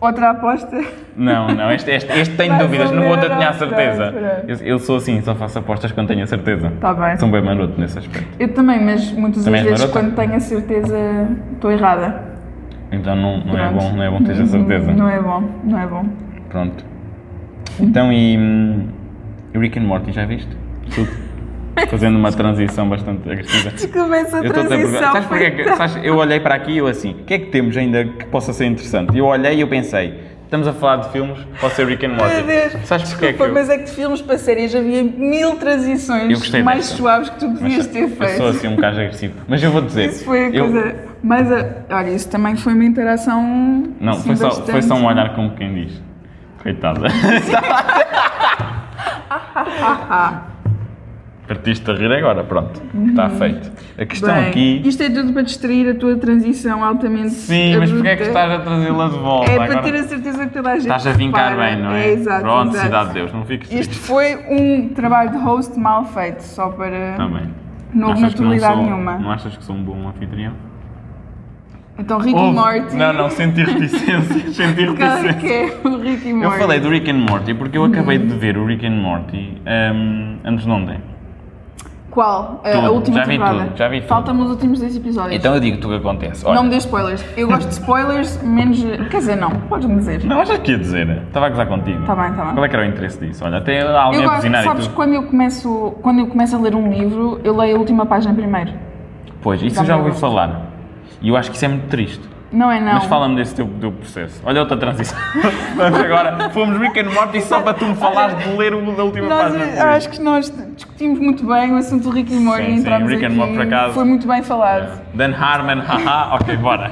S2: Outra aposta.
S1: Não, não, este, este, este tenho
S2: Vai
S1: dúvidas, não vou
S2: saber,
S1: ter tenho a
S2: não,
S1: certeza.
S2: espera.
S1: Eu, eu sou assim, só faço apostas quando tenho a certeza.
S2: Tá bem.
S1: Sou um bem maroto nesse aspecto.
S2: Eu também, mas muitas
S1: Também
S2: das
S1: és
S2: vezes
S1: marota?
S2: quando tenho a certeza estou errada.
S1: Então não, não é
S2: Pronto.
S1: bom, não é bom ter a certeza.
S2: Não é bom, não é bom.
S1: Pronto. Então e hum, Rick and Morty, já viste? Tudo. Fazendo uma transição bastante agressiva.
S2: Desculpa essa
S1: Eu estou-te a perguntar. Sabes porquê é que- sabes, eu olhei para aqui e eu assim, o que é que temos ainda que possa ser interessante? Eu olhei e eu pensei, estamos a falar de filmes, pode ser Rick and Morty.
S2: Meu Deus,
S1: Sabes porquê
S2: desculpa,
S1: que eu...
S2: mas é que de filmes para séries havia mil transições
S1: Eu gostei
S2: mais
S1: dessa.
S2: suaves que tu podias ter
S1: eu
S2: feito.
S1: sou assim um bocado agressivo. Mas eu vou dizer.
S2: é Isso foi a
S1: eu-
S2: coisa. Mas a- olha, isso também foi uma interação.
S1: Não,
S2: assim,
S1: foi só,
S2: bastante-
S1: foi só um olhar como quem diz. Coitada.
S2: Ah, ah.
S1: Partiste a rir agora, pronto. Está feito. A questão
S2: Uhum. Bem,
S1: aqui.
S2: Isto é tudo para distrair a tua transição altamente.
S1: Sim, mas porquê é que
S2: abrupta.
S1: estás a trazê-la de volta?
S2: É
S1: agora?
S2: para ter a certeza que toda a gente.
S1: Estás a vincar
S2: repara.
S1: bem, não é?
S2: exato.
S1: Pronto,
S2: exato.
S1: cidade de Deus, não fiques
S2: Este
S1: triste.
S2: foi um trabalho de host mal feito, só para.
S1: Está Tá bem.
S2: é Não houve
S1: Achas que não
S2: naturalidade
S1: sou-
S2: nenhuma.
S1: Não achas que sou um bom anfitrião?
S2: Então, Rick e
S1: Houve-
S2: Morty.
S1: Não, não, senti reticência. senti
S2: Claro
S1: reticência.
S2: que é o Rick e
S1: Eu
S2: Morty.
S1: falei do Rick and Morty porque eu acabei de ver o Rick and Morty hum, antes de ontem.
S2: Qual? É, A-
S1: Tudo.
S2: A última
S1: Já vi
S2: temporada.
S1: tudo, já vi tudo.
S2: Faltam os últimos dois episódios.
S1: Então eu digo-te o que acontece. Olha,
S2: Não me dê spoilers. Eu gosto de spoilers, menos. Quer dizer, não, podes-me dizer.
S1: não, mas já te ia dizer. Estava a gozar contigo.
S2: Tá bem, tá bem.
S1: Qual é que era o interesse disso? Olha, até alguém
S2: Eu
S1: a
S2: gosto,
S1: buzinar e
S2: sabes,
S1: tudo.
S2: quando eu, começo, quando eu começo a ler um livro, eu leio a última página primeiro.
S1: Pois, isso eu
S2: Dá-me
S1: já
S2: um
S1: ouvi
S2: gosto.
S1: falar. E eu acho que isso é muito triste.
S2: Não é não.
S1: Mas fala-me desse teu, teu processo. Olha outra transição. Vamos agora. Fomos Rick and Morty só para tu me falares de ler o da última
S2: Nós,
S1: página. do
S2: eu
S1: livro.
S2: acho que nós discutimos muito bem o assunto do Rick and Morty.
S1: Sim, sim,
S2: entramos
S1: Rick and
S2: aqui,
S1: Morty, por acaso. É.
S2: Foi muito bem falado.
S1: Dan Harmon, haha, ok, bora.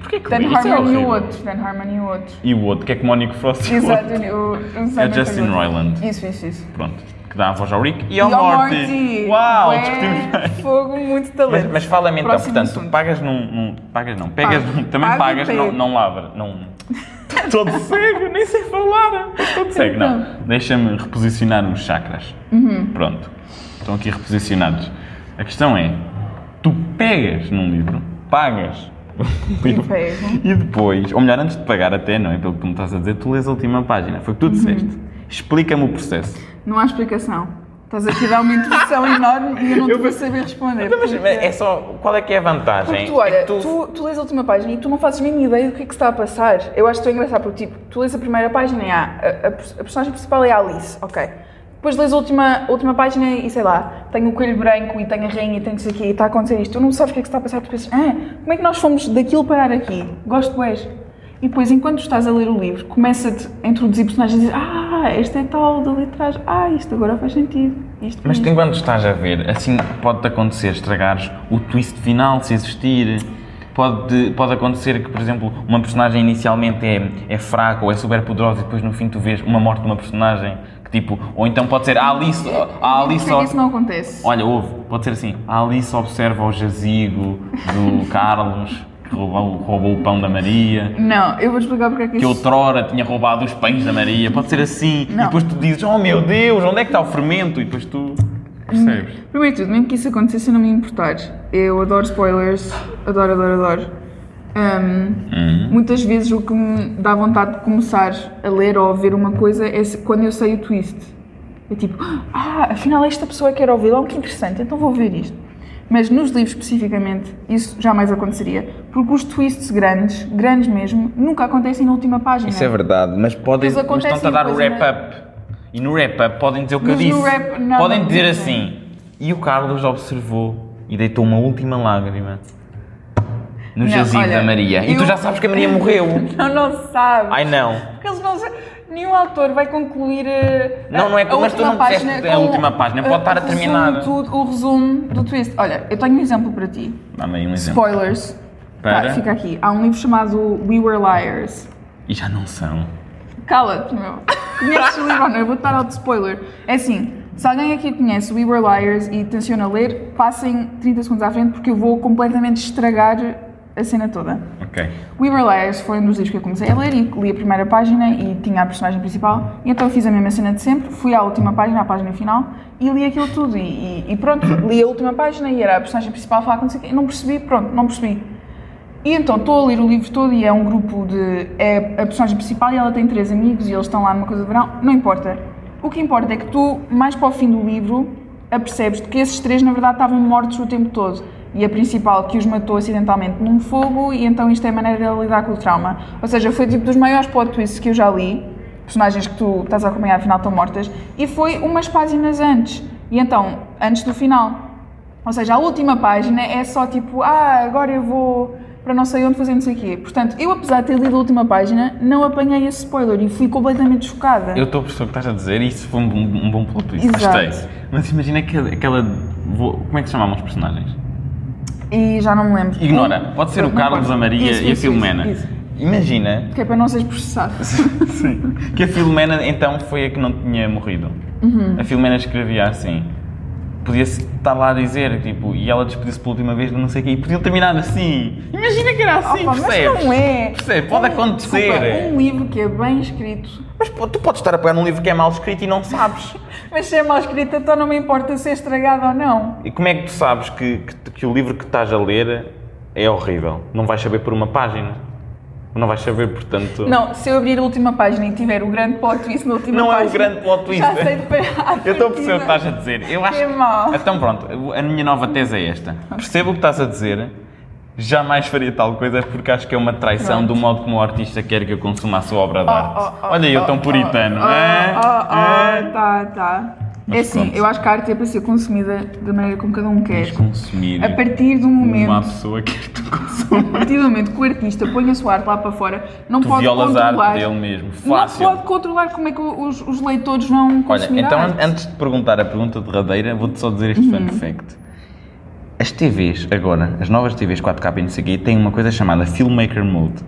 S1: Porquê que
S2: Dan
S1: isso é
S2: Harmon e o
S1: horrível?
S2: outro. Dan Harmon e o outro.
S1: E o outro, que é que Mónico Frost e o
S2: Exato,
S1: outro.
S2: o, o
S1: É Justin Roiland.
S2: Isso, isso, isso.
S1: Pronto, que dá a voz ao Rick e
S2: E
S1: ao Morty. É Uau,
S2: Ué,
S1: discutimos bem.
S2: Fogo, muito talento.
S1: Mas, mas fala-me então,
S2: Próximo
S1: portanto, tu
S2: assunto.
S1: pagas num, num- Pagas não, pegas
S2: Pago.
S1: num- Também
S2: Pago e
S1: pagas,
S2: pego.
S1: não, não lavra. Não. todo cego, nem sei falar.
S2: Então.
S1: Todo cego, não. Deixa-me reposicionar os chakras.
S2: Uhum.
S1: Pronto, estão aqui reposicionados. A questão é: tu pegas num livro, pagas. o livro,
S2: pego.
S1: E depois, ou melhor, antes de pagar até, não é? Pelo que tu me estás a dizer, tu lês a última página. Foi o que
S2: Uhum.
S1: tu disseste. Explica-me o processo.
S2: Não há explicação. Estás aqui a dar uma introdução enorme e eu não te vou saber responder.
S1: Mas
S2: porque-
S1: é só. Qual é que é a
S2: Porque
S1: vantagem?
S2: tu, olha,
S1: É que
S2: tu... tu lês a última página e tu não fazes nem ideia do que é que se está a passar. Eu acho que estou engraçado, porque tipo, tu lês a primeira página e há, a, a pers- a personagem principal é a Alice, ok. Depois lês a última, a última página e sei lá, tem o coelho branco e tem a rainha e tem isso aqui e está a acontecer isto. Tu não sabes o que é que se está a passar, tu pensas, ah, como é que nós fomos daquilo parar aqui? Gosto boés. E depois, enquanto tu estás a ler o livro, começa-te a introduzir personagens e dizes, ah, este é tal, dali atrás, ah, isto agora faz sentido. Isto
S1: Mas
S2: faz
S1: tu, enquanto estás a ver, assim pode-te acontecer estragares o twist final se existir. Pode, pode acontecer que, por exemplo, uma personagem inicialmente é, é fraca ou é super poderosa e depois no fim tu vês uma morte de uma personagem que tipo. Ou então pode ser a Alice. A
S2: Por que é
S1: Alice
S2: que isso não acontece.
S1: Olha, ouve, pode ser assim. A Alice observa o jazigo do Carlos que roubou, roubou o pão da Maria.
S2: Não, eu vou explicar porque é que
S1: Que
S2: isso
S1: outrora tinha roubado os pães da Maria, pode ser assim. E
S2: Não.
S1: depois tu dizes, oh meu Deus, onde é que está o fermento? E depois tu percebes.
S2: Primeiro de tudo, mesmo que isso acontecesse, eu não me importar. Eu adoro spoilers, adoro, adoro, adoro. Um,
S1: Uhum.
S2: Muitas vezes o que me dá vontade de começar a ler ou a ver uma coisa é se- quando eu sei o twist. É tipo, ah, afinal esta pessoa quer ouvir, oh que interessante, então vou ver isto. Mas nos livros especificamente, isso jamais aconteceria, porque os twists grandes, grandes mesmo, nunca acontecem na última página.
S1: Isso é verdade, mas podem
S2: Mas
S1: mas
S2: acontece
S1: estão-te a dar o
S2: coisa, não é?
S1: wrap-up. E no wrap-up podem dizer o que eu
S2: Mas
S1: disse.
S2: no wrap- não,
S1: podem
S2: não,
S1: dizer
S2: não.
S1: assim. E o Carlos observou e deitou uma última lágrima no
S2: Não,
S1: jazigo
S2: olha,
S1: da Maria. E tu
S2: eu-
S1: já sabes que a Maria morreu.
S2: Não, não sabe.
S1: Ai não.
S2: Porque eles não. Nenhum autor vai concluir. eh,
S1: Não, não é-
S2: a
S1: mas tu
S2: última
S1: não disseste
S2: página
S1: a
S2: com
S1: última página,
S2: o-
S1: pode estar a
S2: o resumo
S1: terminar.
S2: de Tudo, o resumo do twist. Olha, eu tenho um exemplo para ti.
S1: Dá-me aí um exemplo.
S2: Spoilers.
S1: Para?
S2: Tá, fica aqui. Há um livro chamado We Were Liars.
S1: E já não são.
S2: Cala-te, meu. Conheces o livro ou não? Eu vou te dar alto spoiler. É assim. Se alguém aqui conhece We Were Liars e tenciona ler, passem 30 segundos à frente porque eu vou completamente estragar a cena toda.
S1: Ok.
S2: We Were Liars foi um dos livros que eu comecei a ler e li a primeira página e tinha a personagem principal. E então fiz a mesma cena de sempre, fui à última página, à página final, e li aquilo tudo. E, e- e pronto, li a última página e era a personagem principal a falar com não sei o quê. Eu Não percebi, pronto, não percebi. E então estou a ler o livro todo e é um grupo de. É a personagem principal e ela tem três amigos e eles estão lá numa coisa de verão. Não importa. O que importa é que tu, mais para o fim do livro, apercebes de que esses três na verdade estavam mortos o tempo todo. E a principal que os matou acidentalmente num fogo, e então isto é a maneira dela lidar com o trauma. Ou seja, foi tipo dos maiores plot twists que eu já li personagens que tu estás a acompanhar afinal estão mortas, e foi umas páginas antes. E então, antes do final. Ou seja, a última página é só tipo, ah, agora eu vou para não sei onde fazer não sei o quê. Portanto, eu apesar de ter lido a última página, não apanhei esse spoiler e fui completamente chocada.
S1: Eu estou a perceber o que estás a dizer e isso foi um, bom- um bom plot twist.
S2: Exato.
S1: Gostei. Mas imagina aquela. aquela vou- como é que se chamavam os personagens?
S2: E já não me lembro.
S1: Ignora. Pode ser o
S2: Não
S1: Carlos,
S2: pode.
S1: a Maria
S2: Isso,
S1: e a
S2: isso,
S1: Filomena.
S2: isso, isso.
S1: Imagina
S2: Que é para não seres processado.
S1: Sim. Que a Filomena então foi a que não tinha morrido.
S2: Uhum.
S1: A Filomena escrevia assim. Podia-se estar lá a dizer, tipo, e ela despediu-se pela última vez, não sei o quê, e podiam terminar assim. Imagina que era assim,
S2: Opa,
S1: percebes?
S2: Ah, mas não é.
S1: Percebe? Pode
S2: Um-
S1: acontecer.
S2: desculpa, um livro que é bem escrito
S1: Mas pô, tu podes estar a pegar num livro que é mal escrito e não sabes.
S2: Mas se é mal escrita, então não me importa se é estragada ou não.
S1: E como é que tu sabes que, que, que o livro que estás a ler é horrível? Não vais saber por uma página. Não vais saber, portanto.
S2: Não, se eu abrir a última página e tiver o grande plot twist na última
S1: Não é o
S2: página...
S1: grande plot twist.
S2: Já sei de para
S1: Eu estou a perceber tá? o que estás a dizer. Eu acho...
S2: Que mal.
S1: Então pronto, a minha nova tese é esta. Percebo o que estás a dizer, jamais faria tal coisa porque acho que é uma traição do modo como o artista quer que eu consuma a sua obra de arte. Olha eu tão puritano.
S2: Oh,
S1: é?
S2: oh, oh,
S1: É?
S2: tá, tá.
S1: Mas
S2: é assim,
S1: pronto.
S2: eu acho que a arte é para ser consumida da maneira como cada um quer.
S1: Queres consumir
S2: A partir do momento,
S1: uma
S2: a
S1: pessoa que tu consumas.
S2: partir do momento que o artista põe a sua arte lá para fora, não
S1: Tu
S2: pode
S1: violas a
S2: controlar.
S1: arte dele mesmo. Fácil.
S2: Não pode controlar como é que os, os leitores vão
S1: Olha,
S2: consumir
S1: então
S2: a arte.
S1: antes de perguntar a pergunta derradeira, vou-te só dizer este fun fact. As TVs agora, as novas TVs 4K e não sei o quê, têm uma coisa chamada Filmmaker Mode.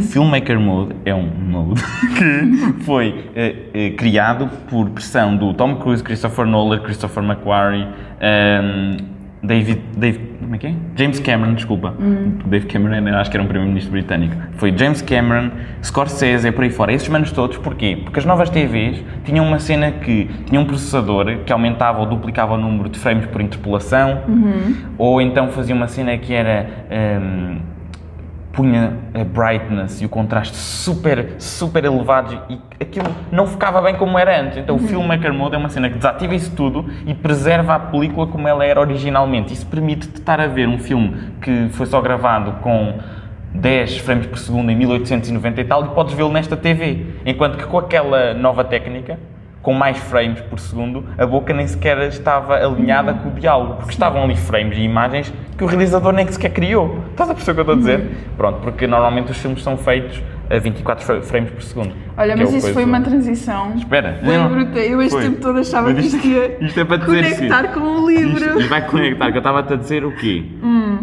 S1: Filmmaker Mode é um mode que foi eh, eh, criado por pressão do Tom Cruise, Christopher Nolan, Christopher McQuarrie, ehm, David, Dave- como é que é? James Cameron, desculpa. Dave Cameron era- acho que era um primeiro-ministro britânico. Foi James Cameron, Scorsese, é por aí fora. Esses manos todos, porquê? Porque as novas TVs tinham uma cena que tinha um processador que aumentava ou duplicava o número de frames por interpolação, ou então fazia uma cena que era. ehm, punha a brightness e o contraste super, super elevados e aquilo não ficava bem como era antes. Então o Filmmaker Mode é uma cena que desativa isso tudo e preserva a película como ela era originalmente. Isso permite-te estar a ver um filme que foi só gravado com 10 frames por segundo em 1890 e tal e podes vê-lo nesta TV. Enquanto que com aquela nova técnica, com mais frames por segundo, a boca nem sequer estava alinhada com o diálogo, porque estavam ali frames e imagens que o realizador nem sequer criou. Estás a perceber o que eu estou a dizer?
S2: Uhum.
S1: Pronto, porque normalmente os filmes são feitos a 24 fra- frames por segundo.
S2: Olha,
S1: que é
S2: mas
S1: o
S2: isso
S1: coisa-
S2: foi uma transição.
S1: Espera.
S2: Foi
S1: Não.
S2: bruta. Eu este
S1: Foi.
S2: tempo todo achava
S1: Mas
S2: que isto ia
S1: isto é para dizer que-
S2: conectar com o livro. Hum.
S1: Isto- E vai conectar, que eu estava-te a dizer o quê?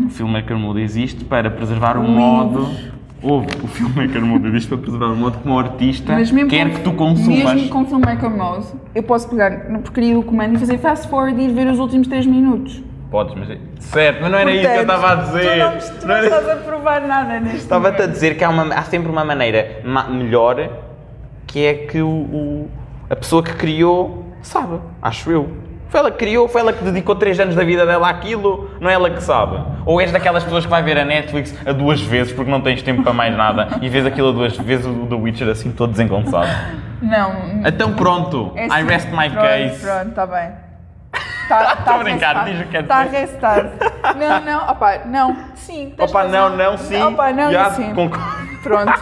S1: O Filmmaker Mode existe para preservar o
S2: Livros.
S1: modo. Houve o Filmmaker Mode existe para preservar o modo como o artista
S2: Mas mesmo
S1: quer
S2: com,
S1: é que tu consumas.
S2: Mesmo com Filmmaker Mode, eu posso pegar na porcaria do comando e fazer fast forward e ir ver os últimos 3 minutos.
S1: Podes, mas. é Certo, mas não era isso que eu
S2: Portanto,
S1: estava a dizer.
S2: Tu não, tu
S1: Não
S2: não
S1: era-
S2: estás a provar nada neste
S1: Estava-te a
S2: momento.
S1: dizer que há, uma- há sempre uma maneira ma- melhor que é que o, o- a pessoa que criou sabe, acho eu. Foi ela que criou, foi ela que dedicou 3 anos da vida dela àquilo, não é ela que sabe. Ou és daquelas pessoas que vai ver a Netflix a duas vezes porque não tens tempo para mais nada e vês aquilo a duas vezes, o The Witcher assim todo desengonçado.
S2: Não.
S1: Então pronto,
S2: é
S1: I
S2: assim.
S1: rest my
S2: pronto,
S1: case.
S2: Pronto, está bem. Tá,
S1: Tô a brincar, diz o que quer
S2: Está
S1: dizer.
S2: arrestado. Não, não, opá, não, sim. tens
S1: Opa,
S2: razão.
S1: não, não, sim.
S2: Opá, um- não,
S1: já
S2: sim.
S1: concordo.
S2: Pronto.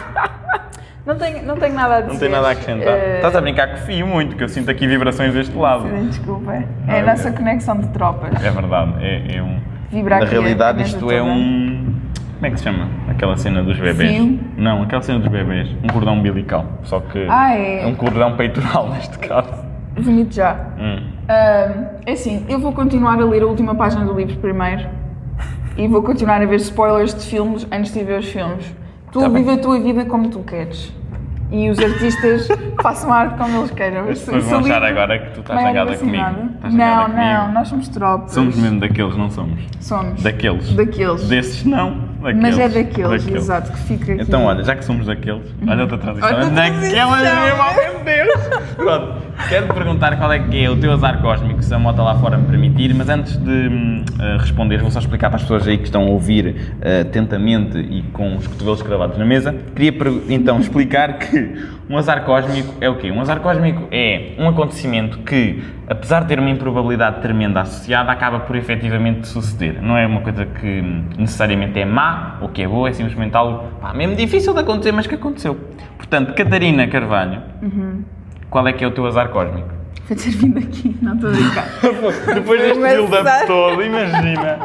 S2: Não tenho, não tenho nada a dizer.
S1: Não tem nada a acrescentar. Tá
S2: Eh,
S1: Estás a brincar que fio muito, que eu sinto aqui vibrações deste lado.
S2: Sim, Desculpa.
S1: Ah,
S2: É
S1: eu
S2: a nossa
S1: quero.
S2: conexão de tropas.
S1: É verdade, é, é um.
S2: Vibra
S1: Na
S2: aqui a
S1: realidade,
S2: mesa
S1: isto é
S2: toda.
S1: um. Como é que se chama? Aquela cena dos bebés.
S2: Fio?
S1: Não, aquela cena dos bebés. Um cordão umbilical. Só que.
S2: Ah, é.
S1: um cordão peitoral, neste caso.
S2: Bonito já.
S1: Hum.
S2: Ah, é assim, eu vou continuar a ler a última página do livro primeiro e vou continuar a ver spoilers de filmes antes de ver os filmes. Tu
S1: Tá bem.
S2: vive a tua vida como tu queres. E os artistas façam a arte como eles queiram.
S1: As
S2: Se-
S1: pessoas
S2: se
S1: vão
S2: o livro
S1: achar agora que tu estás
S2: não é
S1: zangada comigo.
S2: vacinado.
S1: Estás
S2: Não,
S1: zangada
S2: não,
S1: comigo.
S2: nós somos tropas.
S1: Somos mesmo daqueles, não somos?
S2: Somos.
S1: Daqueles.
S2: Daqueles.
S1: Desses não. Daqueles.
S2: Mas é daqueles, exato, que fica aqui.
S1: Então, olha, já que somos daqueles, olha outra transição.
S2: Olha tá assim. outra transição.
S1: Daquelas mesmo, oh, meu Deus! Pronto, quero te perguntar qual é que é o teu azar cósmico, se a moto lá fora me permitir, mas antes de hum, eh, responder, vou só explicar para as pessoas aí que estão a ouvir eh, atentamente e com os cotovelos cravados na mesa. Queria per- então explicar que um azar cósmico é o quê? Um azar cósmico é um acontecimento que, apesar de ter uma improbabilidade tremenda associada, acaba por efetivamente suceder. Não é uma coisa que hum, necessariamente é má ou que é boa, é simplesmente algo pá, mesmo difícil de acontecer, mas que aconteceu. Portanto, Catarina Carvalho, qual é que é o teu azar cósmico?
S2: Foi ter vindo aqui, não estou a brincar.
S1: Depois deste
S2: Mas
S1: build-up
S2: sabe-
S1: todo, imagina.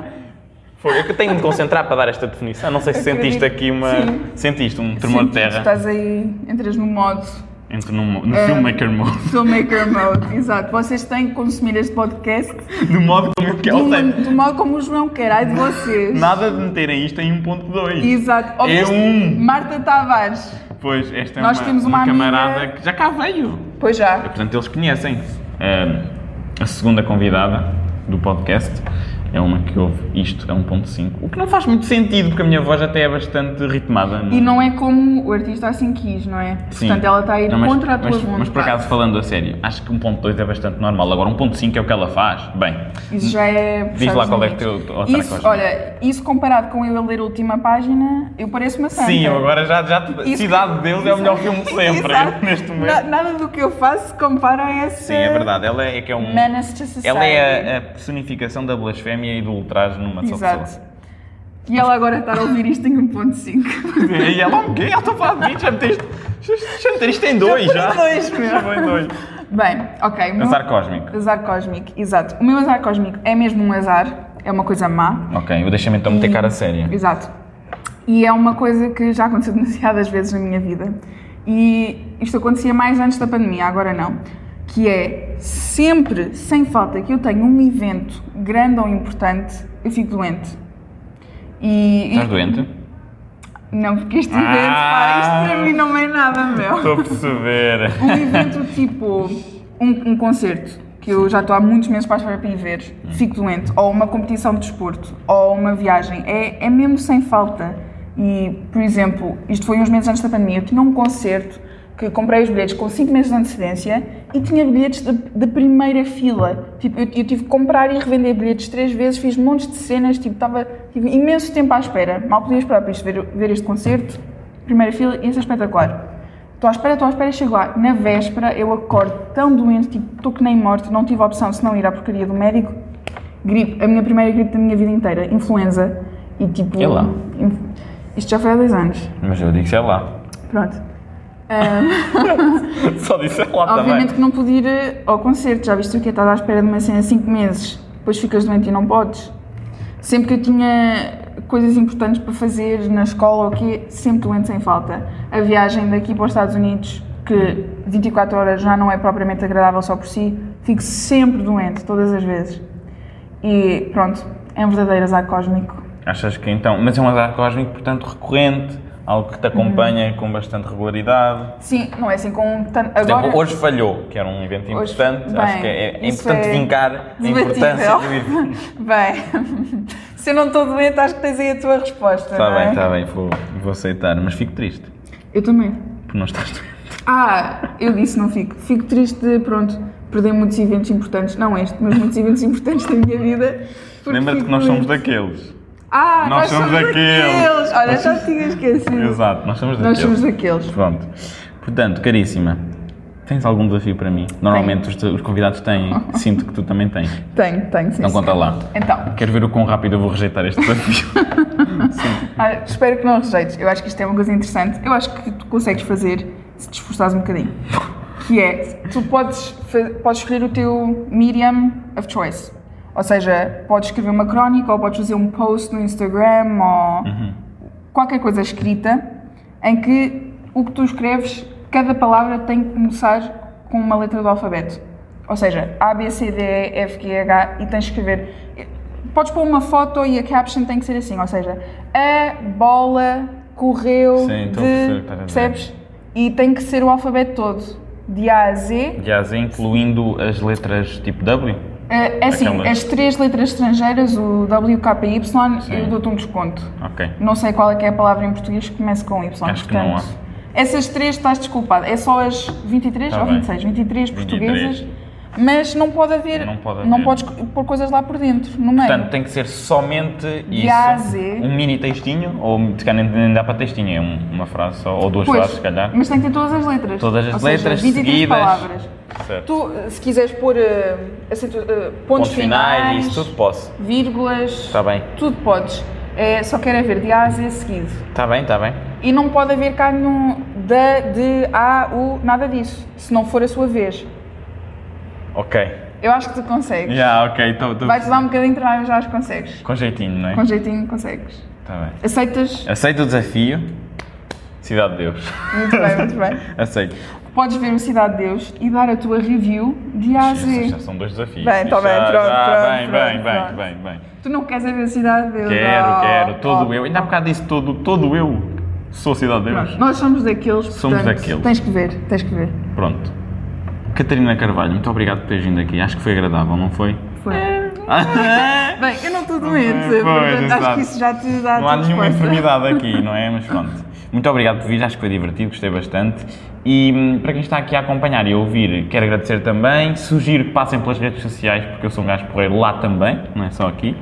S1: Foi, eu que tenho de me concentrar para dar esta definição. Não sei se
S2: Acredito.
S1: sentiste aqui uma.
S2: Sim.
S1: Sentiste um tremor de
S2: Sim, tu
S1: terra.
S2: Estás aí, entras no modo
S1: Entre no, mo- no
S2: É.
S1: filmmaker mode.
S2: filmmaker mode, exato. Vocês têm que consumir este podcast
S1: Do modo como eu quero.
S2: do,
S1: Ou
S2: ma-
S1: seja,
S2: do modo como o João quer, ai de vocês.
S1: nada de meterem isto em 1.2.
S2: Exato.
S1: É
S2: Ouviste?
S1: um.
S2: Marta Tavares.
S1: Pois, esta é
S2: Nós
S1: uma,
S2: temos uma amiga-
S1: camarada que já cá veio.
S2: Pois já.
S1: Ehm, Portanto, eles conhecem ah, a segunda convidada do podcast. é uma que ouve isto a 1.5. O que não faz muito sentido, porque a minha voz até é bastante ritmada.
S2: E não é como o artista assim quis, não é?
S1: Sim.
S2: Portanto, ela está a ir
S1: Não, mas-
S2: contra a tua
S1: mas,
S2: vontade.
S1: Mas por acaso, falando a sério, acho que 1.2 é bastante normal. Agora, 1.5 é o que ela faz. Bem,
S2: Isso já é.
S1: Diz lá
S2: sabes,
S1: qual é
S2: limites.
S1: que teu- outra
S2: Isso,
S1: coisa.
S2: olha, isso comparado com eu a ler a última página, eu pareço uma santa.
S1: sim, eu agora já. já
S2: É, Isso-
S1: Cidade de Deus é o melhor filme de sempre,
S2: Exato.
S1: neste momento.
S2: Na- nada do que eu faço se compara a essa.
S1: Sim, é verdade. Ela é que é um.
S2: Menace to society.
S1: Ela é a, a personificação da blasfémia e do ultraje numa só
S2: Exato. E ela agora está a ouvir isto em 1.5.
S1: pessoa. E ela, o quê? Ela está a falar de mim? Já meteste. já- Já meteste em dois,
S2: Já pus
S1: já.
S2: dois, meu.
S1: Já foi em dois.
S2: Bem, ok. o meu-
S1: Azar cósmico.
S2: Azar cósmico, exato. O meu azar cósmico é mesmo um azar, é uma coisa má.
S1: Ok, o deixamento então meter cara séria.
S2: Exato. E é uma coisa que já aconteceu demasiadas vezes na minha vida. E isto acontecia mais antes da pandemia, agora não. Que é sempre, sem falta, que eu tenho um evento grande ou importante, eu fico doente. E,
S1: Estás
S2: e-
S1: doente?
S2: Não, porque este
S1: Ah!
S2: evento, pá, isto para mim não é nada, meu
S1: Estou a perceber.
S2: um evento tipo um, um concerto que eu já estou há muitos meses para esperar para ir ver, fico doente, ou uma competição de desporto, ou uma viagem, é, é mesmo sem falta. E, por exemplo, isto foi uns meses antes da pandemia, eu tinha um concerto que comprei os bilhetes com 5 meses de antecedência e tinha bilhetes de, de primeira fila. Tipo, eu, eu tive que comprar e revender bilhetes três vezes, fiz montes de cenas, tipo, estava tive imenso tempo à espera. Mal podia esperar para isto, ver, ver este concerto, primeira fila, ia ser espetacular. Estou à espera, estou à espera, chego lá. Na véspera, eu acordo tão doente, tipo, estou que nem morte, não tive opção senão ir à porcaria do médico. Gripe, a minha primeira gripe da minha vida inteira, influenza. E tipo.
S1: É lá.
S2: inf- Isto já foi há dois anos.
S1: Mas eu digo sei lá.
S2: Pronto.
S1: Só disse tá sei lá
S2: Obviamente
S1: também.
S2: que não pude ir eh, ao concerto, já viste o que Estás à espera de uma cena 5 meses, depois ficas doente e não podes. Sempre que eu tinha coisas importantes para fazer na escola ou o quê, sempre doente sem falta. A viagem daqui para os Estados Unidos, que 24 horas já não é propriamente agradável só por si, fico sempre doente, todas as vezes. E pronto, é um verdadeiro azar cósmico.
S1: Achas que então. Mas é um azar cósmico, portanto, recorrente. Algo que te acompanha
S2: Uhum.
S1: com bastante regularidade.
S2: Sim, não é assim com tanto.
S1: Por exemplo,
S2: Agora,
S1: hoje falhou, que era um evento
S2: Hoje-
S1: importante. Acho
S2: bem,
S1: que é, é
S2: isso
S1: importante
S2: é
S1: vincar a importância
S2: debatível.
S1: do evento.
S2: Bem, se eu não estou doente, acho que tens aí a tua resposta.
S1: Está
S2: não
S1: Tá bem,
S2: é?
S1: está bem, vou, vou aceitar, mas fico triste
S2: Eu também.
S1: por não estás doente.
S2: Ah, eu disse não fico. Fico triste de, pronto, perder muitos eventos importantes. Não este, mas muitos eventos importantes da minha vida. porque
S1: Lembra-te
S2: fico
S1: que nós somos
S2: doente.
S1: daqueles.
S2: Ah,
S1: nós
S2: nós,
S1: somos
S2: somos,
S1: daqueles.
S2: daqueles. Olha, já tinha esquecido.
S1: Exato, nós somos
S2: Nós
S1: daqueles.
S2: somos daqueles.
S1: Pronto. Portanto, caríssima, tens algum desafio para mim? Normalmente os, te- os convidados têm, sinto que tu também tens.
S2: Tenho, tenho, sim.
S1: Então
S2: sim.
S1: conta lá.
S2: Então,
S1: Quero ver o quão rápido eu vou rejeitar este desafio.
S2: ah, espero que não rejeites. Eu acho que isto é uma coisa interessante. Eu acho que tu consegues fazer se te esforçares um bocadinho. Que é, tu podes, fa- podes escolher o teu medium of choice. Ou seja, podes escrever uma crónica ou podes fazer um post no Instagram ou
S1: Uhum.
S2: qualquer coisa escrita em que o que tu escreves, cada palavra tem que começar com uma letra do alfabeto. Ou seja, A, B, C, D, E, F, G, H e tens de escrever. Podes pôr uma foto e a caption tem que ser assim, ou seja, a bola correu
S1: Sim, estou a perceber o que
S2: de...
S1: estás a dizer.
S2: Percebes? E tem que ser o alfabeto todo, de A a Z,
S1: Aliás, incluindo as letras tipo W?
S2: é é assim,
S1: Aquelas-
S2: as três letras estrangeiras, o WKY,
S1: Sim.
S2: eu dou-te um desconto.
S1: Ok.
S2: Não sei qual é que é a palavra em português que começa com Y.
S1: Acho que não
S2: portanto, Essas três estás desculpado. É só as 23
S1: Tá
S2: ou
S1: bem.
S2: 26, 23 portuguesas.
S1: 23.
S2: Mas não pode haver.
S1: Não pode haver.
S2: podes pôr coisas lá por dentro, no meio.
S1: Portanto, tem que ser somente isso.
S2: A a Z.
S1: Um mini textinho, ou se calhar nem- nem dá para textinho, é um- uma frase só, ou duas
S2: Pois,
S1: frases, se calhar.
S2: Mas tem que ter todas as letras.
S1: Todas as
S2: Ou seja,
S1: letras
S2: 23
S1: seguidas.
S2: palavras.
S1: Certo.
S2: Tu, eh, se quiseres pôr eh, acentu- eh, pontos,
S1: Pontos finais, isso tudo posso.
S2: vírgulas,
S1: Tá bem.
S2: tudo podes. É, só quero é ver de A a Z seguido.
S1: Está tá bem, está bem.
S2: E não pode haver cá nenhum da, de, a, u, nada disso, se não for a sua vez.
S1: Ok.
S2: Eu acho que tu consegues.
S1: Já, ok, estou.
S2: Vai-te dar um bocadinho de trabalho, mas já acho que consegues.
S1: Com jeitinho, não é?
S2: Com jeitinho consegues.
S1: Está bem.
S2: Aceitas?
S1: Aceito o desafio. Cidade de Deus.
S2: Muito bem, muito bem.
S1: Aceito.
S2: Podes ver o Cidade de Deus e dar a tua review de A a
S1: Estes
S2: Z.
S1: Já são dois desafios.
S2: Ah, Bem, tá
S1: Isto
S2: bem,
S1: já-
S2: pronto,
S1: já,
S2: pronto,
S1: bem,
S2: pronto,
S1: bem,
S2: pronto.
S1: bem, bem, bem.
S2: Tu não queres é ver o Cidade de Deus?
S1: Quero,
S2: Oh,
S1: quero, todo
S2: oh.
S1: eu. Ainda há bocado disse todo, todo eu sou Cidade de Deus.
S2: Pronto, Nós somos daqueles,
S1: Somos
S2: portanto,
S1: daqueles.
S2: tens que ver, tens que ver.
S1: Pronto. Catarina Carvalho, muito obrigado por teres vindo aqui. Acho que foi agradável, não foi?
S2: Foi. Bem, eu não estou doente,
S1: é? Pois,
S2: portanto, acho
S1: exato.
S2: que isso já te dá
S1: Não há
S2: a tua
S1: nenhuma
S2: resposta.
S1: enfermidade aqui, não é? Mas pronto. Muito obrigado por vir, acho que foi divertido, gostei bastante. E hum, para quem está aqui a acompanhar e a ouvir, quero agradecer também. Sugiro que passem pelas redes sociais, porque eu sou um gajo porreiro lá também, não é só aqui.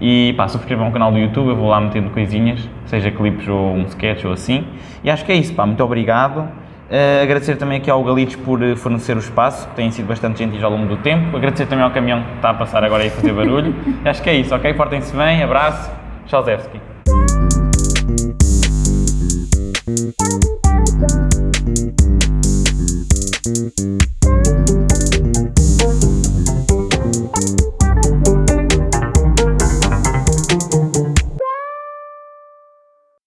S1: E pá, subscrevam o canal do YouTube, eu vou lá metendo coisinhas, seja clipes ou um sketch ou assim. E acho que é isso, pá, muito obrigado. Eh, agradecer também aqui ao Galitos por eh, fornecer o espaço, que têm sido bastante gentis ao longo do tempo. Agradecer também ao caminhão que está a passar agora aí a fazer barulho. acho que é isso, ok? Portem-se bem, abraço, Tchau, Zewski.